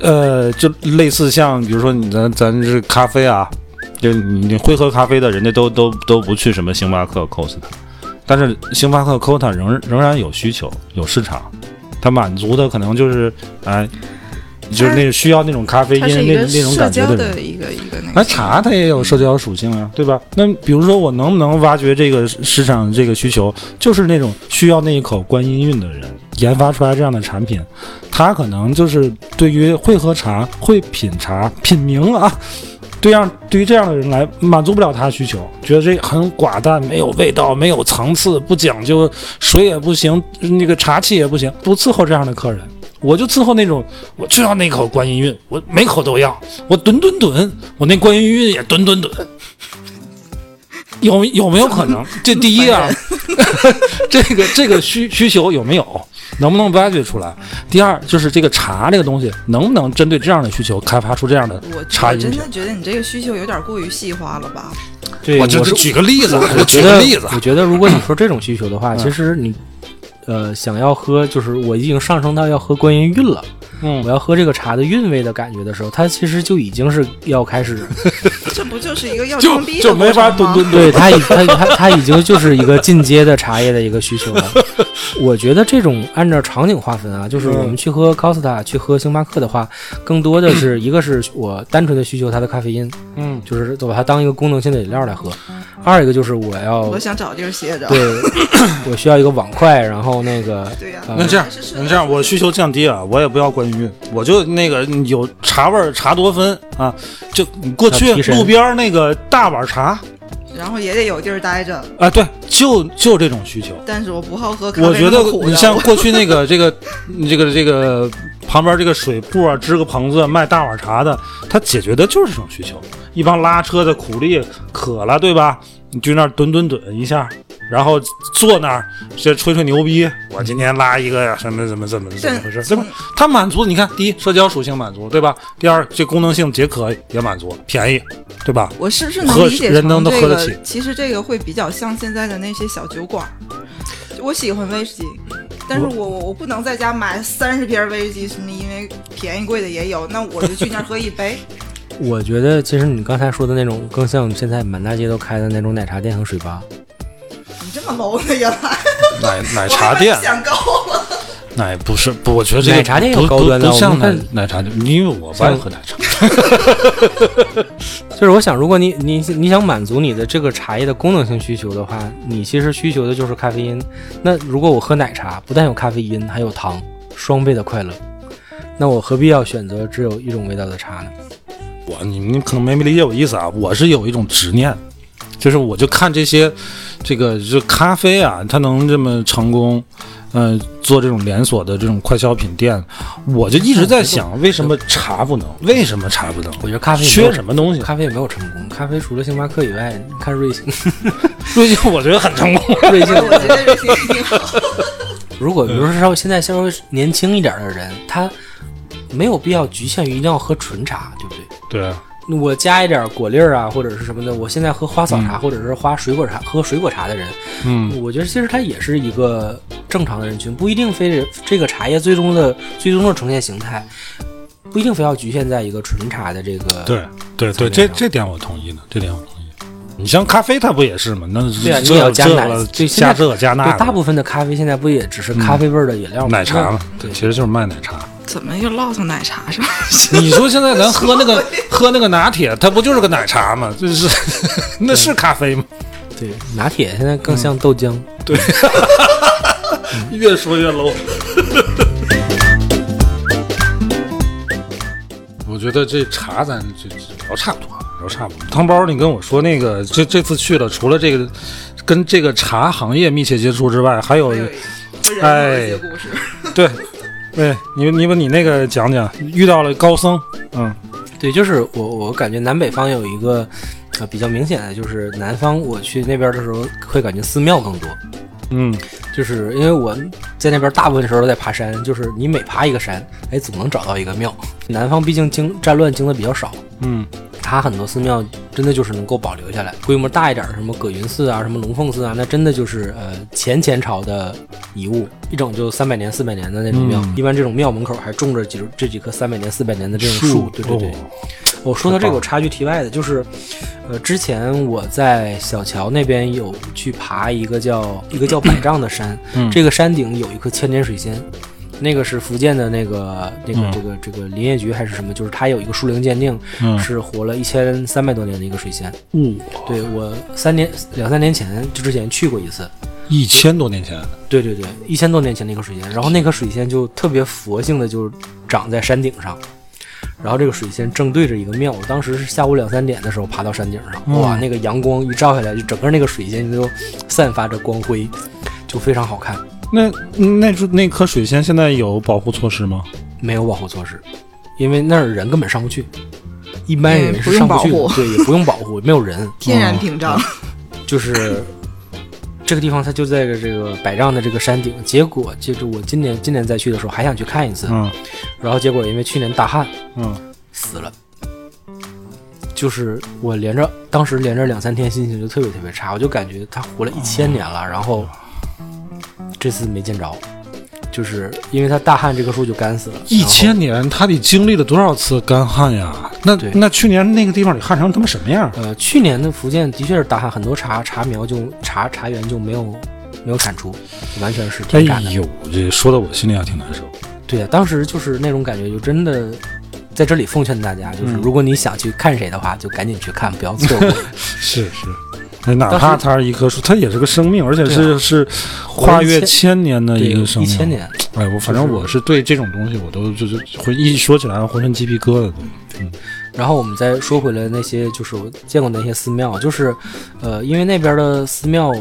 Speaker 1: 呃，就类似像比如说你咱咱是咖啡啊，就你你会喝咖啡的，人家都都都不去什么星巴克、Costa，但是星巴克、Costa 仍仍然有需求，有市场，它满足的可能就是哎，就是那需要那种咖啡因
Speaker 3: 它是一
Speaker 1: 那
Speaker 3: 个
Speaker 1: 那种
Speaker 3: 社
Speaker 1: 感觉啊
Speaker 3: 交
Speaker 1: 人。
Speaker 3: 的一个一个那嗯
Speaker 1: 那
Speaker 3: 个。
Speaker 1: 茶它也有社交属性啊，对吧？那比如说我能不能挖掘这个市市场这个需求，就是那种需要那一口观音韵的人研发出来这样的产品，他可能就是对于会喝茶、会品茶、品茗啊，对样对于这样的人来满足不了他需求，觉得这很寡淡，没有味道，没有层次，不讲究，水也不行，那个茶气也不行，不伺候这样的客人。我就伺候那种，我就要那口观音韵，我每口都要，我吨吨吨，我那观音韵也吨吨吨。有有没有可能？这第一啊， 这个这个需需求有没有，能不能挖掘出来？第二就是这个茶这个东西，能不能针对这样的需求开发出这样的
Speaker 3: 我
Speaker 1: 茶
Speaker 3: 我
Speaker 1: 饮
Speaker 3: 真
Speaker 1: 品
Speaker 3: 的？觉得你这个需求有点过于细化了吧？
Speaker 2: 对，
Speaker 1: 我就是举个例子，我
Speaker 2: 我
Speaker 1: 举
Speaker 2: 觉
Speaker 1: 个
Speaker 2: 得
Speaker 1: 例子，
Speaker 2: 我觉得如果你说这种需求的话，
Speaker 1: 嗯
Speaker 2: 其实你呃想要喝，就是我已经上升到要喝观音韵了，
Speaker 1: 嗯
Speaker 2: 我，要喝这个茶的韵味的感觉的时候，它其实就已经是要开始，
Speaker 3: 这不就是一个要
Speaker 1: 就
Speaker 3: 装逼的
Speaker 1: 就没法
Speaker 3: 过程
Speaker 1: 吨吨吨。
Speaker 3: 吗
Speaker 2: 对它已它它它已经就是一个进阶的茶叶的一个需求 了。我觉得这种按照场景划分啊，就是我
Speaker 1: 嗯
Speaker 2: 们去喝 Costa 去喝星巴克的话，更多 的是一个是我单纯的需求它的咖啡因，
Speaker 1: 嗯，
Speaker 2: 就是我把它当一个功能性的饮料来喝；二一个就是我要
Speaker 3: 我想找地儿歇着。
Speaker 2: 对我需要一个碗筷，然后那个
Speaker 3: 对啊呀、
Speaker 2: 呃
Speaker 1: 那啊这样，嗯那这样，我需求降低啊，我也不要关于，我就那个有茶味儿茶多酚啊，就过去
Speaker 2: 要提神
Speaker 1: 路边儿那个大碗茶
Speaker 3: 然后也得有地儿待着，
Speaker 1: 啊，对，就就这种需求。
Speaker 3: 但是我不好喝咖啡
Speaker 1: 我觉得
Speaker 3: 那么苦的
Speaker 1: 你像过去那个这个这个这个旁边这个水铺啊，支个棚子卖大碗茶的，他解决的就是这种需求。一帮拉车的苦力渴了，对吧？你就那儿蹲蹲蹲一下，然后坐那儿这吹吹牛逼。我今天拉一个呀，什么什么怎么怎么回事，对吧？它满足，你看，第一社交属性满足，对吧？第二这功能性解渴也满足，便宜，对吧？
Speaker 3: 我是不是能
Speaker 1: 喝
Speaker 3: 理解
Speaker 1: 人能
Speaker 3: 成
Speaker 1: 都
Speaker 3: 这
Speaker 1: 喝得
Speaker 3: 个？
Speaker 1: 起
Speaker 3: 其实这个会比较像现在的那些小酒馆儿。我喜欢威士忌，但是我我我不能在家买三十瓶威士忌什么，因为便宜贵的也有，那我就去那儿喝一杯。
Speaker 2: 我觉得其实你刚才说的那种，更像现在满大街都开的那种奶茶店和水吧。
Speaker 3: 你这么 low 呢？原来
Speaker 1: 奶奶
Speaker 3: 我
Speaker 1: 茶
Speaker 3: 还
Speaker 1: 店
Speaker 3: 没。想高啊了。
Speaker 1: 奶不是不，我觉得这个
Speaker 2: 奶茶店有
Speaker 1: 不
Speaker 2: 高端的
Speaker 1: 不不
Speaker 2: 我
Speaker 1: 像
Speaker 2: 们
Speaker 1: 奶
Speaker 2: 看
Speaker 1: 奶茶店，因为我不爱喝奶茶。
Speaker 2: 就是我想，如果你你你想满足你的这个茶叶的功能性需求的话，你其实需求的就是咖啡因。那如果我喝奶茶，不但有咖啡因，还有糖，双倍的快乐。那我何必要选择只有一种味道的茶呢？
Speaker 1: 我你们可能没理解我意思啊，我是有一种执念，就是我就看这些，这个就咖啡啊，它能这么成功，呃，做这种连锁的这种快消品店，我就一直
Speaker 2: 哎
Speaker 1: 在想，为什么茶不能？为什么茶不能？
Speaker 2: 我觉得咖啡也没有
Speaker 1: 缺什么东西？
Speaker 2: 咖啡也没有成功。咖啡除了星巴克以外，你看瑞幸，
Speaker 1: 最近我觉得很成功。
Speaker 2: 瑞幸
Speaker 3: 我觉得这挺挺好。
Speaker 2: 如果比如说稍微现在稍微年轻一点的人，他没有必要局限于一定要喝纯茶，对不对？
Speaker 1: 对，啊
Speaker 2: 我加一点果粒儿啊，或者是什么的。我现在喝花草茶，或者是花水果茶，喝水果茶的人，
Speaker 1: 嗯
Speaker 2: 我觉得其实它也是一个正常的人群，不一定非得这个茶叶最终的最终的呈现形态，不一定非要局限在一个纯茶的这个。
Speaker 1: 对对对，
Speaker 2: 层面
Speaker 1: 这
Speaker 2: 上
Speaker 1: 这点我同意的，这点我同意。啊你像咖啡，它不也是吗？那
Speaker 2: 对啊
Speaker 1: 这
Speaker 2: 你也要加
Speaker 1: 这
Speaker 2: 奶
Speaker 1: 了
Speaker 2: 对现
Speaker 1: 加
Speaker 2: 在
Speaker 1: 这加那
Speaker 2: 对，
Speaker 1: 的，嗯
Speaker 2: 大部分的咖啡现在不也只是咖啡味儿的饮料吗？
Speaker 1: 奶茶嘛，
Speaker 2: 那对，
Speaker 1: 其实就是卖奶茶。
Speaker 3: 怎么又唠上奶茶 上？
Speaker 1: 你 说现在咱喝那个喝那个拿铁，它不就是个奶茶吗？ 这是那是咖啡吗？
Speaker 2: 对拿铁现在更
Speaker 1: 嗯
Speaker 2: 像豆浆。
Speaker 1: 越说越 low。我觉得这茶咱这这聊差不多了，聊差不多了。汤包，你跟我说那个，这这次去了，除了这个跟这个茶行业密切接触之外，还有
Speaker 3: 对，和人
Speaker 1: 哎
Speaker 3: 有一些故事。
Speaker 1: 对 对，你你把你那个讲讲，遇到了高僧，嗯
Speaker 2: 对，就是我我感觉南北方有一个呃比较明显的，就是南方我去那边的时候会感觉寺庙更多，
Speaker 1: 嗯，
Speaker 2: 就是因为我在那边大部分时候都在爬山，就是你每爬一个山，哎，总能找到一个庙。南方毕竟经战乱经的比较少，
Speaker 1: 嗯
Speaker 2: 它很多寺庙真的就是能够保留下来，规模大一点儿，什么葛云寺啊，什么龙凤寺啊，那真的就是呃前前朝的遗物，一整就三百年、四百年的那种庙。
Speaker 1: 嗯
Speaker 2: 一般这种庙门口还种着几这几棵三百年、四百年的这种
Speaker 1: 树
Speaker 2: 树。对对对。
Speaker 1: 哦
Speaker 2: 我、说到这
Speaker 1: 太棒了
Speaker 2: 个，我插句题外的，就是呃之前我在小桥那边有去爬一个 叫一个叫百丈的山，
Speaker 1: 嗯
Speaker 2: 这个山顶有一颗千年水仙。那个是福建的那个那个
Speaker 1: 嗯
Speaker 2: 这个这个林业局还是什么，就是它有一个树龄鉴定，
Speaker 1: 嗯
Speaker 2: 是活了一千三百多年的一个水仙。对我三年两三年前就之前去过一次，
Speaker 1: 一千多年前，
Speaker 2: 对对对，一千多年前的一个水仙，然后那颗水仙就特别佛性的就长在山顶上，然后这个水仙正对着一个庙，我当时是下午两三点的时候爬到山顶上，
Speaker 1: 嗯
Speaker 2: 哇，那个阳光一照下来，就整个那个水仙就散发着光辉，就非常好看，
Speaker 1: 那那株那棵水仙现在有保护措施吗？
Speaker 2: 没有保护措施，因为那儿人根本上不去。一般
Speaker 3: 嗯
Speaker 2: 人
Speaker 3: 不
Speaker 2: 是
Speaker 3: 用
Speaker 2: 上不
Speaker 3: 保
Speaker 2: 去的，
Speaker 3: 护
Speaker 2: 对，也不用保护，没有人，嗯
Speaker 3: 天然屏
Speaker 1: 嗯
Speaker 3: 障，
Speaker 2: 就是这个地方，它就在这个百丈的这个山顶。结果就是我今年今年再去的时候，还想去看一次，
Speaker 1: 嗯
Speaker 2: 然后结果因为去年大旱
Speaker 1: 嗯，
Speaker 2: 死了。就是我连着当时连着两三天心情就特别特别差，我就感觉它活了一千年
Speaker 1: 哦
Speaker 2: 了，然后这次没见着，就是因为它大旱，这棵树就干死了。
Speaker 1: 一
Speaker 2: 然后
Speaker 1: 千年，它得经历了多少次干旱呀？那
Speaker 2: 对
Speaker 1: 那去年那个地方得旱成他妈什么样？
Speaker 2: 呃，去年的福建的确是大旱，很多茶茶苗就茶茶园就没有没有产出，完全是
Speaker 1: 哎
Speaker 2: 停产的。
Speaker 1: 呦，这说到我心里还挺难受。
Speaker 2: 对呀，当时就是那种感觉，就真的在这里奉劝大家，就是
Speaker 1: 嗯
Speaker 2: 如果你想去看谁的话，就赶紧去看，不要错过。
Speaker 1: 是是。哎，哪怕
Speaker 2: 当时
Speaker 1: 它是一棵树，它也是个生命，而且是、
Speaker 2: 对啊
Speaker 1: 是
Speaker 2: 了
Speaker 1: 跨越
Speaker 2: 一千
Speaker 1: 千年的
Speaker 2: 对，
Speaker 1: 一个生
Speaker 2: 一
Speaker 1: 命。
Speaker 2: 千。年，
Speaker 1: 哎，我反正我是对这种东西，我都就是会一说起来浑身鸡皮疙瘩的。
Speaker 2: 然后我们再说回来那些，就是我见过那些寺庙，就是，呃，因为那边的寺庙，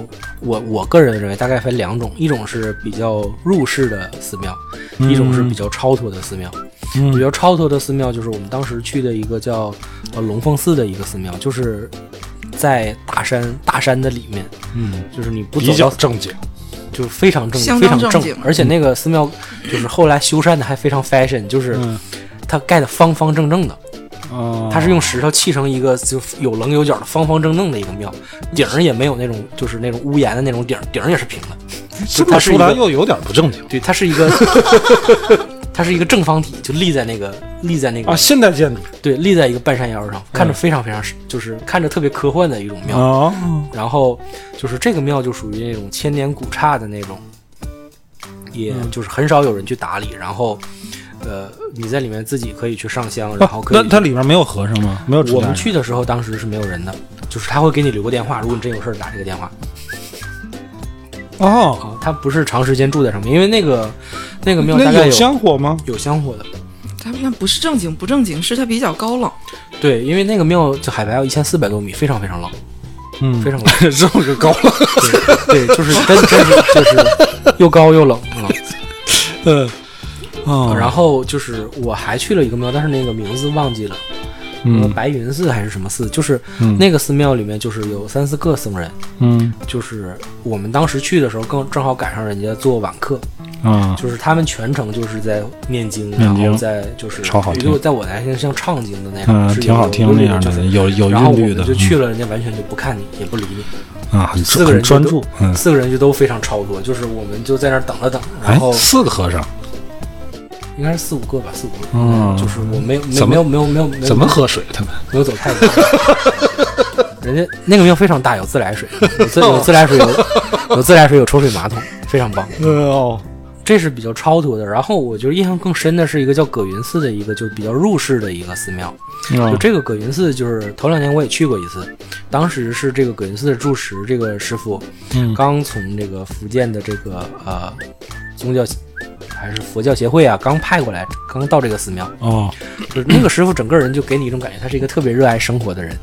Speaker 2: 我我个人认为大概分两种，一种是比较入世的寺庙，一种是比较超脱的寺庙。比
Speaker 1: 嗯
Speaker 2: 较超脱的寺庙就是我们当时去的一个叫呃龙凤寺的一个寺庙，就是在大山大山的里面，
Speaker 1: 嗯，
Speaker 2: 就是你不走
Speaker 1: 比
Speaker 2: 到
Speaker 1: 较正经。
Speaker 2: 就是非常正，
Speaker 3: 相
Speaker 2: 非
Speaker 3: 当
Speaker 2: 常
Speaker 3: 正经
Speaker 2: 而且那个寺庙就是后来修缮的还非常 fashion，就是
Speaker 1: 嗯
Speaker 2: 它盖的方方正正的，
Speaker 1: 哦，
Speaker 2: 它是用石头砌成一个就有棱有角的方方正正的一个庙，顶儿也没有那种就是那种屋檐的那种顶儿，顶儿也是平的，
Speaker 1: 是
Speaker 2: 它是一
Speaker 1: 说来
Speaker 2: 个
Speaker 1: 又有点不正经
Speaker 2: 对，它是 一个它是一个正方体，就立在那个立在那个、
Speaker 1: 啊？嗯现代建筑
Speaker 2: 对立在一个半山腰上，看着非常非常就是看着特别科幻的一种庙，
Speaker 1: 啊，
Speaker 2: 然后就是这个庙就属于那种千年古刹的那种，也
Speaker 1: 嗯
Speaker 2: 就是很少有人去打理。然后，呃，你在里面自己可以去上香，然后可
Speaker 1: 啊那
Speaker 2: 以。
Speaker 1: 它里边没有和尚吗？没有指
Speaker 2: 我
Speaker 1: 南
Speaker 2: 们
Speaker 1: 人
Speaker 2: 去的时候，当时是没有人的，就是他会给你留个电话，如果你真有事儿打这个电话。
Speaker 1: 哦，
Speaker 2: 啊，他不是长时间住在上面，因为那个那个庙大
Speaker 1: 那
Speaker 2: 概
Speaker 1: 有香火吗？
Speaker 2: 有香火的，
Speaker 3: 他们不是正经不正经，是他比较高冷。
Speaker 2: 对，因为那个庙就海拔有一千四百多米，非常非常冷，
Speaker 1: 嗯
Speaker 2: 非 常冷。
Speaker 1: 这 么个高了。
Speaker 2: 对，对就是真真是就是又 高又冷啊。
Speaker 1: 嗯，哦，
Speaker 2: 然后就是我还去了一个庙，但是那个名字忘记了，什么
Speaker 1: 嗯
Speaker 2: 白云寺还是什么寺，就是
Speaker 1: 嗯
Speaker 2: 那个寺庙里面就是有三四个僧人，
Speaker 1: 嗯
Speaker 2: 就是我们当时去的时候更正好赶上人家做晚课，
Speaker 1: 啊，
Speaker 2: 就是他们全程就是在念经，
Speaker 1: 念经
Speaker 2: 然后在就是
Speaker 1: 超好听
Speaker 2: 如果在我来听像唱经的那样，
Speaker 1: 嗯，
Speaker 2: 是有
Speaker 1: 挺好听那样
Speaker 2: 有
Speaker 1: 的，有
Speaker 2: 有
Speaker 1: 有
Speaker 2: 然后我
Speaker 1: 韵律
Speaker 2: 们
Speaker 1: 的，
Speaker 2: 就去了，人家完全就不看你，也不理你，
Speaker 1: 嗯啊，很
Speaker 2: 四个
Speaker 1: 很
Speaker 2: 人就
Speaker 1: 专
Speaker 2: 都
Speaker 1: 注，嗯，
Speaker 2: 四个人就都非常超脱，就是我们就在那儿等了等，然
Speaker 1: 哎
Speaker 2: 后，
Speaker 1: 四个和尚
Speaker 2: 应该是四五个吧，四五个，
Speaker 1: 嗯
Speaker 2: 就是我没有没有
Speaker 1: 怎么
Speaker 2: 没有没有没有没有
Speaker 1: 怎么喝水？他们
Speaker 2: 没有走太远。人家那个庙非常大，有自来水，有自有自来水，有有自来水，有抽水马桶，非常棒。
Speaker 1: 哦，
Speaker 2: 这是比较超脱的。然后我觉得印象更深的是一个叫葛云寺的一个，就比较入世的一个寺庙。
Speaker 1: 嗯
Speaker 2: 就这个葛云寺，就是头两年我也去过一次，当时是这个葛云寺的住持这个师傅
Speaker 1: 嗯
Speaker 2: 刚从这个福建的这个呃宗教还是佛教协会啊刚派过来，刚到这个寺庙，
Speaker 1: 哦，
Speaker 2: 就是那个师傅整个人就给你一种感觉，他是一个特别热爱生活的人，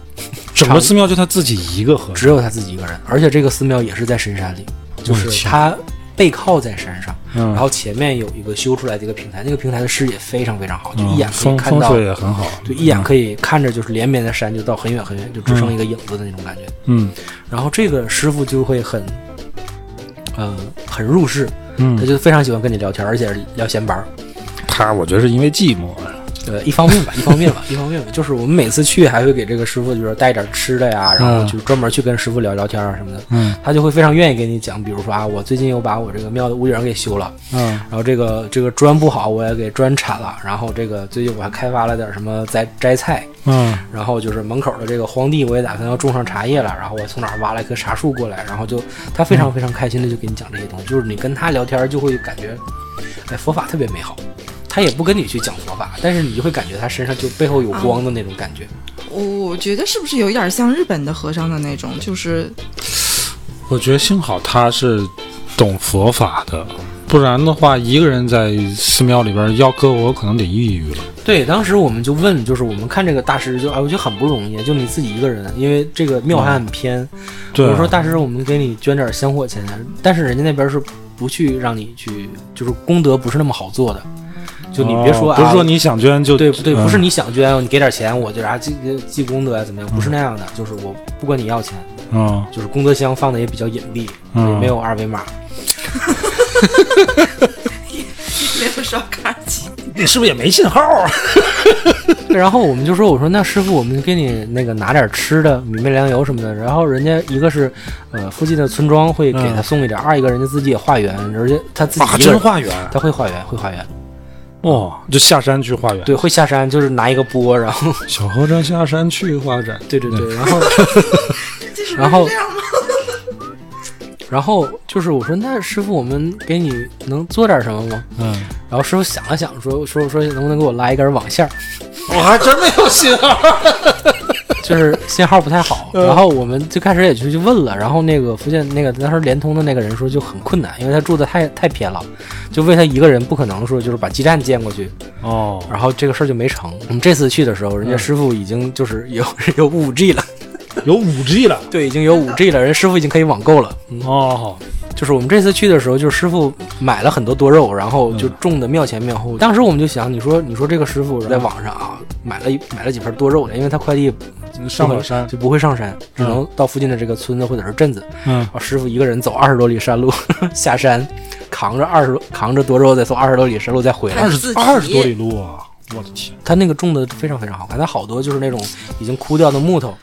Speaker 1: 整个寺庙就他自己一个和尚，
Speaker 2: 只有他自己一个人，而且这个寺庙也是在深山里，就
Speaker 1: 我的
Speaker 2: 是
Speaker 1: 天嗯
Speaker 2: 他背靠在山上。
Speaker 1: 然
Speaker 2: 然后前面有一个修出来的一个平台，那个平台的视野非常非常好，就一眼
Speaker 1: 嗯
Speaker 2: 可以
Speaker 1: 风
Speaker 2: 看
Speaker 1: 风
Speaker 2: 到，
Speaker 1: 水啊嗯也很好，
Speaker 2: 就一眼可以看着就是连绵的山，就到很远很远，就只剩一个影子的那种感觉。
Speaker 1: 嗯
Speaker 2: 然后这个师傅就会很，呃，很入世，他
Speaker 1: 嗯，
Speaker 2: 就非常喜欢跟你聊天，而且聊闲白儿。
Speaker 1: 他我觉得是因为寂寞，啊
Speaker 2: 呃，一方面吧，一方面吧，一方面吧，就是我们每次去还会给这个师傅就是带点吃的呀，然后
Speaker 1: 嗯
Speaker 2: 就专门去跟师傅聊聊天啊什么的，
Speaker 1: 嗯
Speaker 2: 他就会非常愿意给你讲，比如说啊，我最近又把我这个庙的屋顶儿给修了，
Speaker 1: 嗯
Speaker 2: 然后这个这个砖不好，我也给砖铲了。然后这个最近我还开发了点什么摘摘菜，
Speaker 1: 嗯
Speaker 2: 然后就是门口的这个荒地，我也打算要种上茶叶了。然后我从哪儿挖了一棵茶树过来，然后就他非常非常开心的就给你讲这些东西，就是你跟他聊天就会感觉，哎，佛法特别美好。他也不跟你去讲佛法，但是你就会感觉他身上就背后有光的那种感觉。
Speaker 3: 我我觉得是不是有一点像日本的和尚的那种，就是
Speaker 1: 我觉得幸好他是懂佛法的，不然的话，一个人在寺庙里边，要搁我可能得抑郁了。
Speaker 2: 对，当时我们就问，就是我们看这个大师就哎，我觉得很不容易，就你自己一个人，因为这个庙还很偏，
Speaker 1: 对啊
Speaker 2: 比如说大师，我们给你捐点香火钱，但是人家那边是不去让你去，就是功德不是那么好做的。就你别说、
Speaker 1: 哦
Speaker 2: 啊，
Speaker 1: 不是说你想捐就
Speaker 2: 对不对，
Speaker 1: 嗯
Speaker 2: 不是你想捐，你给点钱，我就啊记记功德啊怎么样？不是那样的，就是我不管你要钱，
Speaker 1: 嗯
Speaker 2: 就是功德箱放的也比较隐蔽，
Speaker 1: 嗯
Speaker 2: 也没有二维码。
Speaker 3: 没有刷卡机，
Speaker 1: 你是不是也没信号啊？
Speaker 2: 然后我们就说，我说那师傅，我们给你那个拿点吃的，米面粮油什么的。然后人家一个是，呃，附近的村庄会给他
Speaker 1: 嗯
Speaker 2: 送一点，二一个人家自己也化缘，而且他自己
Speaker 1: 啊，
Speaker 2: 一个
Speaker 1: 真
Speaker 2: 人
Speaker 1: 化缘
Speaker 2: 他会化缘，会化缘。
Speaker 1: 哦，就下山去化缘。
Speaker 2: 对，会下山，就是拿一个钵，然后
Speaker 1: 小和尚下山去化缘。
Speaker 2: 对对对，然后 然后然后就是我说那师傅，我们给你能做点什么吗？
Speaker 1: 嗯，
Speaker 2: 然后师傅想了想，说说说能不能给我拉一根网线儿，
Speaker 1: 我还真没有信号。
Speaker 2: 就是信号不太好。 然后我们最开始也去去问了，然后那个福建那个当时联通的那个人说就很困难，因为他住的太太偏了，就为他一个人不可能说就是把基站建过去，
Speaker 1: 哦，
Speaker 2: 然后这个事儿就没成。我们这次去的时候，人家师傅已经就是有 有五 G 了，
Speaker 1: 有五 G 了。
Speaker 2: 对，已经有五 G 了，人师傅已经可以网购了。
Speaker 1: 哦，
Speaker 2: 就是我们这次去的时候，就是师傅买了很多多肉，然后就种的庙前庙
Speaker 1: 嗯
Speaker 2: 后。当时我们就想，你说你说这个师傅在网上啊买了一买了几盆多肉的，因为他快递
Speaker 1: 上不了山。
Speaker 2: 就不会上山，只能到附近的这个村子或者是镇子。
Speaker 1: 嗯，
Speaker 2: 啊，师傅一个人走二十多里山路 下山，扛着二十扛着多肉再从二十多里山路再回来
Speaker 1: 二。十
Speaker 4: 自己
Speaker 1: 二十多里路啊！我的天，
Speaker 2: 他那个种的非常非常好看，他好多就是那种已经枯掉的木头，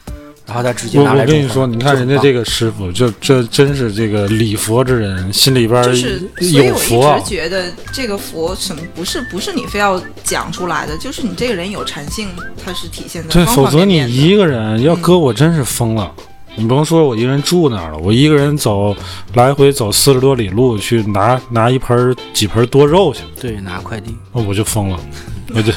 Speaker 2: 然后他直接
Speaker 1: 我
Speaker 2: 拿来
Speaker 1: 我
Speaker 2: 种
Speaker 1: 跟
Speaker 2: 花。
Speaker 1: 你说，你看人家
Speaker 2: 就很棒
Speaker 1: 这个师傅，就这真是这个礼佛之人，心里边
Speaker 3: 就是，所以
Speaker 1: 有
Speaker 3: 我
Speaker 1: 佛啊
Speaker 3: 一直。觉得这个佛什么不是不是你非要讲出来的，就是你这个人有禅性，它是体现在
Speaker 1: 对，
Speaker 3: 方
Speaker 1: 否
Speaker 3: 方
Speaker 1: 则
Speaker 3: 面
Speaker 1: 你
Speaker 3: 面的
Speaker 1: 一个人要搁我真是疯了。你甭说我一个人住那儿了，我一个人走来回走四十多里路去拿拿一盆儿几盆儿多肉去，
Speaker 2: 对拿快递，
Speaker 1: 哦我就疯了，我 就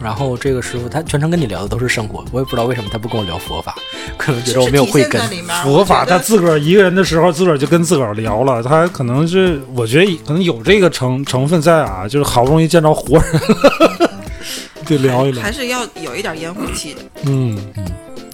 Speaker 2: 然后这个师傅他全程跟你聊的都是生活，我也不知道为什么他不跟我聊佛法， 可能觉得我没有慧根
Speaker 3: 是体现在。里面儿
Speaker 1: 佛法
Speaker 3: 我觉
Speaker 1: 他
Speaker 3: 得
Speaker 1: 自个儿一个人的时候，自个儿就跟自个儿聊了。他可能是，我觉得可能有这个成成分在啊，就是好不容易见着活人了，就聊一聊
Speaker 3: 还。是要有一点烟火气的。
Speaker 1: 嗯，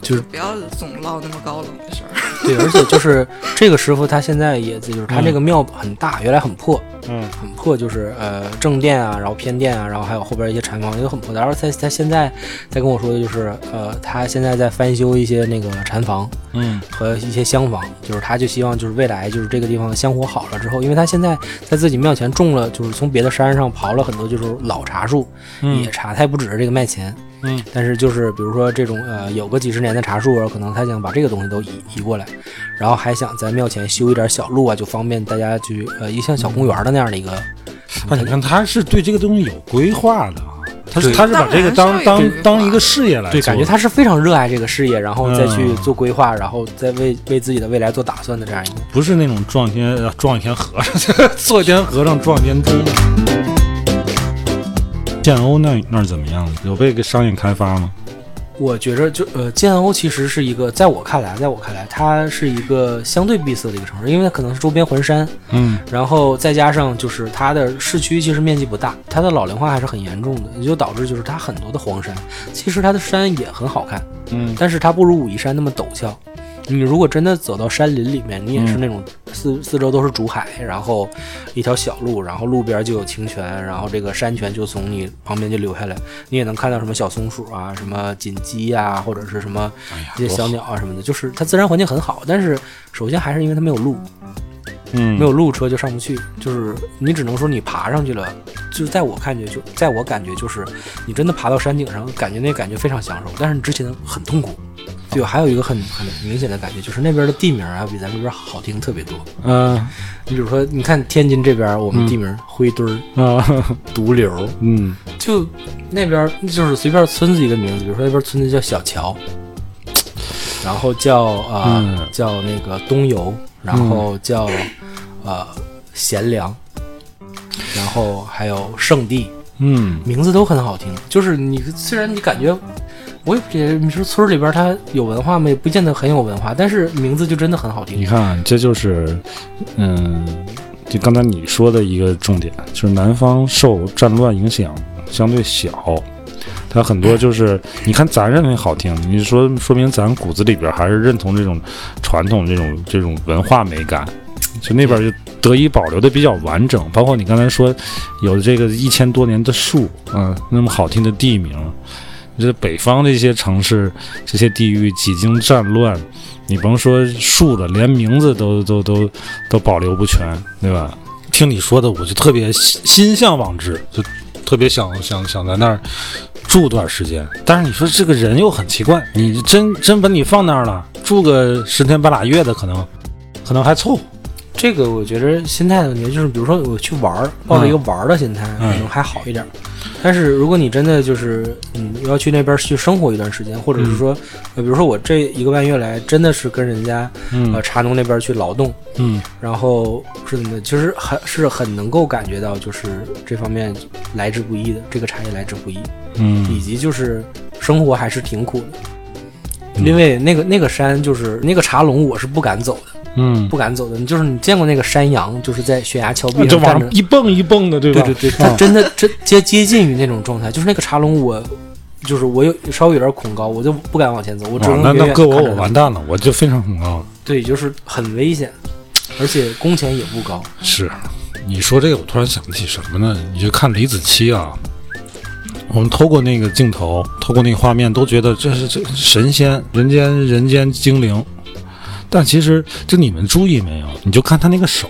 Speaker 2: 就是
Speaker 3: 不要总唠那么高冷的事 儿。
Speaker 2: 对，而且就是这个师傅他现在也就是他这个庙很大，原来很破，
Speaker 1: 嗯
Speaker 2: 很破，就是呃正殿啊，然后偏殿啊，然后还有后边一些禅房也都很破。然后他他现在在跟我说的就是呃他现在在翻修一些那个禅房，
Speaker 1: 嗯
Speaker 2: 和一些厢房，就是他就希望就是未来就是这个地方香火好了之后，因为他现在在自己庙前种了，就是从别的山上刨了很多就是老茶树，野茶，他也不指着这个卖钱，
Speaker 1: 嗯，
Speaker 2: 但是就是比如说这种呃有个几十年的茶树，啊可能他想把这个东西都移移过来，然后还想在庙前修一点小路啊，就方便大家去呃一像小公园的那样的一个，
Speaker 1: 啊，你看他是对这个东西有规划的啊，他是
Speaker 2: 对
Speaker 1: 他是把这个
Speaker 3: 当然
Speaker 1: 当
Speaker 3: 是有规
Speaker 1: 当
Speaker 3: 划
Speaker 1: 当一个事业来
Speaker 2: 对，
Speaker 1: 做
Speaker 2: 感觉他是非常热爱这个事业，然后再去
Speaker 1: 嗯
Speaker 2: 做规划，然后再为为自己的未来做打算的这样一个。
Speaker 1: 不是那种撞一天呃撞一天和尚， 做一天和尚撞一天钟。建欧那那儿怎么样了？有被给商业开发吗？
Speaker 2: 我觉着就呃，建瓯其实是一个，在我看来，在我看来，它是一个相对闭塞的一个城市，因为它可能是周边环山，
Speaker 1: 嗯
Speaker 2: 然后再加上就是它的市区其实面积不大，它的老龄化还是很严重的，也就导致就是它很多的荒山，其实它的山也很好看，
Speaker 1: 嗯
Speaker 2: 但是它不如武夷山那么陡峭。你如果真的走到山林里面，你也是
Speaker 1: 嗯
Speaker 2: 那种四四周都是竹海，然后一条小路，然后路边就有清泉，然后这个山泉就从你旁边就流下来，你也能看到什么小松鼠啊、什么锦鸡啊，或者是什么
Speaker 1: 哎
Speaker 2: 这些小鸟啊什么的，就是它自然环境很好，但是首先还是因为它没有路，
Speaker 1: 嗯，
Speaker 2: 没有路车就上不去，就是你只能说你爬上去了，就是在我感觉就在我感觉就是你真的爬到山顶上，感觉那感觉非常享受，但是之前很痛苦。对，还有一个很很明显的感觉就是那边的地名啊比咱们这边好听特别多。
Speaker 1: 嗯
Speaker 2: 你比如说，你看天津这边我们
Speaker 1: 嗯
Speaker 2: 地名灰墩儿、
Speaker 1: 啊
Speaker 2: 独流，
Speaker 1: 嗯
Speaker 2: 就那边就是随便村子一个名字，比如说那边村子叫小桥，然后叫啊、呃
Speaker 1: 嗯
Speaker 2: 叫那个东游，然后叫、呃贤良，然后还有圣地，
Speaker 1: 嗯
Speaker 2: 名字都很好听。就是你虽然你感觉。我也不觉得，你说村里边它有文化吗？也不见得很有文化，但是名字就真的很好听。
Speaker 1: 你看，这就是，嗯，就刚才你说的一个重点，就是南方受战乱影响相对小，它很多就是，你看咱认为好听，你说说明咱骨子里边还是认同这种传统、这种这种文化美感。就那边就得以保留的比较完整，包括你刚才说有这个一千多年的树，嗯，那么好听的地名，这北方这些城市、这些地域几经战乱，你甭说树了，连名字都都都都保留不全，对吧？听你说的，我就特别心心向往之，就特别想想想在那儿住段时间。但是你说这个人又很奇怪，你真真把你放那儿了，住个十天半拉月的，可能可能还凑合。
Speaker 2: 这个我觉着心态的问题，就是比如说我去玩儿，抱
Speaker 1: 嗯
Speaker 2: 着一个玩儿的心态，可能还好一点儿。但是如果你真的就是嗯要去那边去生活一段时间，或者
Speaker 1: 嗯
Speaker 2: 是说，呃比如说我这一个半月来真的是跟人家呃
Speaker 1: 嗯
Speaker 2: 茶农那边去劳动，
Speaker 1: 嗯
Speaker 2: 然后是怎么的，其实很是很能够感觉到就是这方面来之不易的，这个茶叶来之不易。以
Speaker 1: 嗯
Speaker 2: 及就是生活还是挺苦的。
Speaker 1: 嗯
Speaker 2: 因为那个那个山就是那个茶龙，我是不敢走的，
Speaker 1: 嗯，
Speaker 2: 不敢走的。就是你见过那个山羊，就是在悬崖峭壁
Speaker 1: 就
Speaker 2: 上
Speaker 1: 往上
Speaker 2: 站着，
Speaker 1: 一蹦一蹦的，对吧？
Speaker 2: 对对对，它真的真接接近于那种状态。就是那个茶龙，我就是我有稍微有点恐高，我就不敢往前走，我只
Speaker 1: 哇
Speaker 2: 能
Speaker 1: 啊哦那
Speaker 2: 远
Speaker 1: 那
Speaker 2: 远
Speaker 1: 搁我
Speaker 2: 看着
Speaker 1: 我
Speaker 2: 它
Speaker 1: 完蛋了，我就非常恐高。
Speaker 2: 对，就是很危险，而且工钱也不高。
Speaker 1: 是，你说这个，我突然想起什么呢？你就看李子柒啊，我们透过那个镜头，透过那个画面，都觉得这是这神仙、人间、人间精灵。但其实，就你们注意没有？你就看他那个手，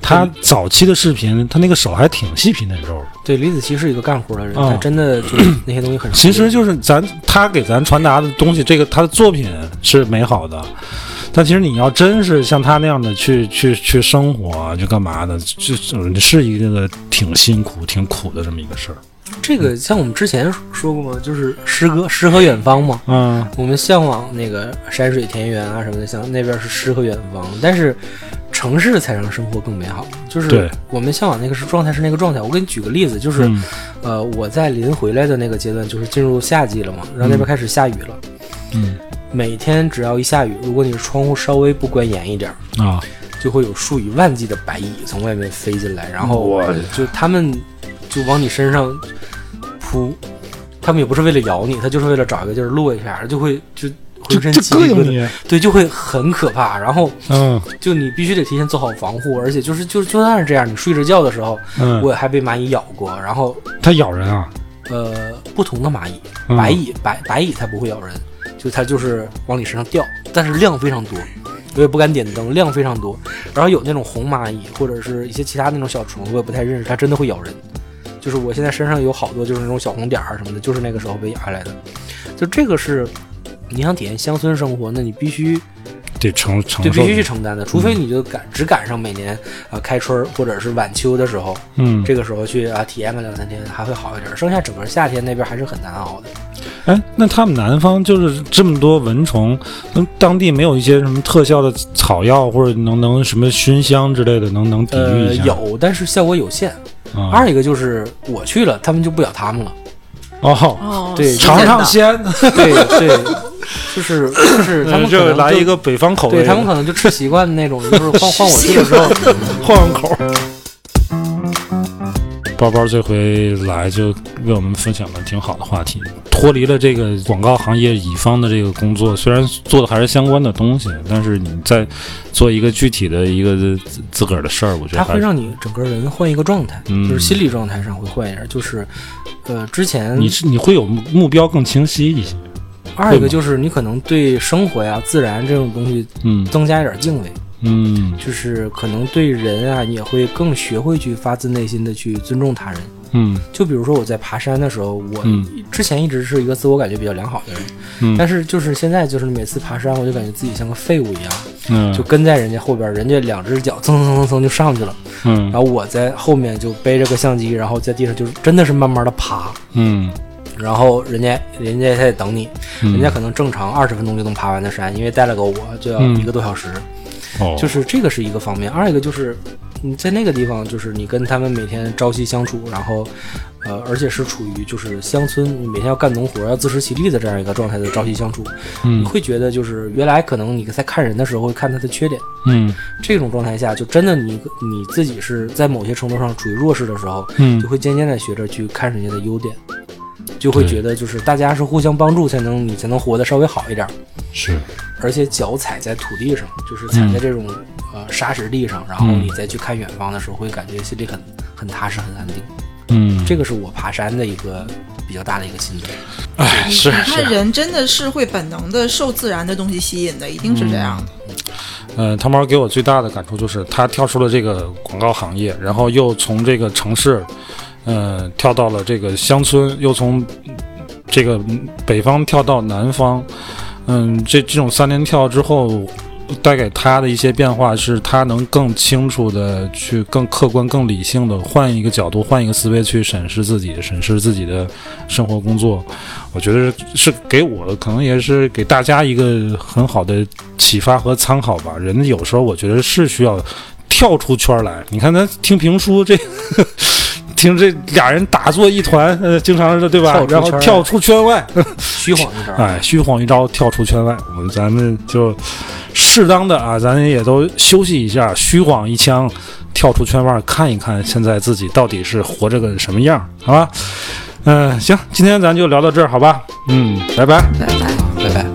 Speaker 1: 他早期的视频，他那个手还挺细皮嫩肉的。
Speaker 2: 对，李子柒是一个干活的人，
Speaker 1: 嗯
Speaker 2: 他真的就是那些东西很熟
Speaker 1: 其
Speaker 2: 悉。
Speaker 1: 实就是咱他给咱传达的东西，这个他的作品是美好的，但其实你要真是像他那样的去去去生活，去干嘛的，就是是一个挺辛苦、挺苦的这么一个事儿。
Speaker 2: 这个像我们之前说过嘛，就是诗歌《诗和远方》嘛。
Speaker 1: 嗯
Speaker 2: 我们向往那个山水田园啊什么的，像那边是诗和远方，但是城市才让生活更美好。就是
Speaker 1: 对
Speaker 2: 我们向往那个是状态是那个状态。我给你举个例子，就是、
Speaker 1: 嗯
Speaker 2: 呃，我在临回来的那个阶段，就是进入夏季了嘛，然后那边开始下雨了。
Speaker 1: 嗯
Speaker 2: 每天只要一下雨，如果你窗户稍微不关严一点儿，
Speaker 1: 啊，
Speaker 2: 就会有数以万计的白蚁从外面飞进来，然后
Speaker 1: 我
Speaker 2: 就他们就往你身上扑，他们也不是为了咬你，他就是为了找一个地儿落一下，就会就
Speaker 1: 就
Speaker 2: 浑身
Speaker 1: 就
Speaker 2: 起
Speaker 1: 膈
Speaker 2: 一个
Speaker 1: 应，你，
Speaker 2: 对，就会很可怕。然后
Speaker 1: 嗯
Speaker 2: 就你必须得提前做好防护，而且就是就就算是这样，你睡着觉的时候，
Speaker 1: 嗯，
Speaker 2: 我也还被蚂蚁咬过。然后
Speaker 1: 它咬人啊，
Speaker 2: 呃，不同的蚂蚁，
Speaker 1: 嗯
Speaker 2: 白蚁白白蚁它不会咬人，就它就是往你身上掉，但是量非常多，我也不敢点灯，量非常多。然后有那种红蚂蚁或者是一些其他那种小虫子，我也不太认识，它真的会咬人。就是我现在身上有好多就是那种小红点儿啊什么的，就是那个时候被咬下来的。就这个是你想体验乡村生活，那你必须
Speaker 1: 得承承
Speaker 2: 对
Speaker 1: 受嗯
Speaker 2: 必，须去承担的，除非你就赶只赶上每年啊、呃开春儿或者是晚秋的时候，
Speaker 1: 嗯，
Speaker 2: 这个时候去啊体验个两三天还会好一点儿，剩下整个夏天那边还是很难熬的。
Speaker 1: 哎，那他们南方就是这么多蚊虫，那当地没有一些什么特效的草药或者能能什么熏香之类的，能能抵御
Speaker 2: 呃，
Speaker 1: 一下？
Speaker 2: 有，但是效果有限。
Speaker 1: 啊
Speaker 2: 二一个就是我去了，他们就不咬他们了。
Speaker 1: 哦，
Speaker 3: 哦
Speaker 2: 对
Speaker 3: 是
Speaker 1: 尝
Speaker 3: 真
Speaker 1: 尝
Speaker 3: 的
Speaker 1: 鲜，
Speaker 2: 对对，就是就是他们可
Speaker 1: 嗯就
Speaker 2: 能
Speaker 1: 来
Speaker 2: 就
Speaker 1: 一个北方口味
Speaker 2: 对
Speaker 1: 的，
Speaker 2: 他们可能就吃习惯那种，就是换换我去了 之后，
Speaker 1: 换换口。 包包这回来就为我们分享了挺好的话题，脱离了这个广告行业乙方的这个工作，虽然做的还是相关的东西，但是你在做一个具体的一个自自个儿的事儿，我觉
Speaker 2: 它
Speaker 1: 得还
Speaker 2: 会
Speaker 1: 是
Speaker 2: 让你整个人换一个状态，
Speaker 1: 嗯
Speaker 2: 就是心理状态上会换一下。就是呃，之前
Speaker 1: 你是你会有目标更清晰一些。
Speaker 2: 二一个就是你可能对生活呀、自然这种东西
Speaker 1: 嗯
Speaker 2: 增加一点敬畏，
Speaker 1: 嗯
Speaker 2: 就是可能对人啊也会更学会去发自内心的去尊重他人。
Speaker 1: 嗯
Speaker 2: 就比如说我在爬山的时候，我
Speaker 1: 嗯
Speaker 2: 之前一直是一个自我感觉比较良好的人，
Speaker 1: 嗯
Speaker 2: 但是就是现在就是每次爬山，我就感觉自己像个废物一样，
Speaker 1: 嗯，
Speaker 2: 就跟在人家后边，人家两只脚蹭蹭蹭蹭就上去了，然
Speaker 1: 嗯
Speaker 2: 后我在后面就背着个相机，然后在地上就是真的是慢慢的爬，
Speaker 1: 嗯，
Speaker 2: 然后人家人家还得等你，
Speaker 1: 嗯
Speaker 2: 人家可能正常二十分钟就能爬完的山，因为带了个我就要
Speaker 1: 嗯
Speaker 2: 一个多小时，
Speaker 1: 哦
Speaker 2: 就是这个是一个方面，二一个就是你在那个地方，就是你跟他们每天朝夕相处，然后呃，而且是处于就是乡村，你每天要干农活，要自食其力的这样一个状态的朝夕相处，你
Speaker 1: 嗯
Speaker 2: 会觉得就是原来可能你在看人的时候会看他的缺点，
Speaker 1: 嗯
Speaker 2: 这种状态下就真的你你自己是在某些程度上处于弱势的时候，
Speaker 1: 嗯
Speaker 2: 就会渐渐的学着去看人家的优点。就会
Speaker 1: 对
Speaker 2: 觉得就是大家是互相帮助，才能你才能活得稍微好一点。
Speaker 1: 是
Speaker 2: 而且脚踩在土地上，就是踩在这种、呃沙石地上，然后
Speaker 1: 嗯
Speaker 2: 你再去看远方的时候，会感觉心里很很踏实、很安定。
Speaker 1: 嗯
Speaker 2: 这个是我爬山的一个比较大的一个心得。
Speaker 1: 哎是
Speaker 3: 你
Speaker 1: 是
Speaker 3: 看人真的是会本能的受自然的东西吸引的，一定是这样的。
Speaker 1: 嗯，汤包给我最大的感触就是，他跳出了这个广告行业，然后又从这个城市，呃，跳到了这个乡村，又从这个北方跳到南方。嗯，这这种三连跳之后，带给他的一些变化是，他能更清楚的去、更客观、更理性的换一个角度、换一个思维去审视自己、审视自己的生活、工作。我觉得是是给我，可能也是给大家一个很好的启发和参考吧。人有时候我觉得是需要跳出圈儿来。你看咱听评书这。 听这俩人打作一团，呃，经常是对吧
Speaker 2: 跳？出
Speaker 1: 然后
Speaker 2: 圈儿来
Speaker 1: 跳出圈外，
Speaker 2: 虚晃一招，
Speaker 1: 哎，虚晃一招跳出圈外，我们咱们就适当的啊，咱也都休息一下，虚晃一枪，跳出圈外看一看，现在自己到底是活着个什么样儿，呃好吧？嗯、行，今天咱就聊到这儿，好吧？嗯，拜拜。
Speaker 2: 拜拜。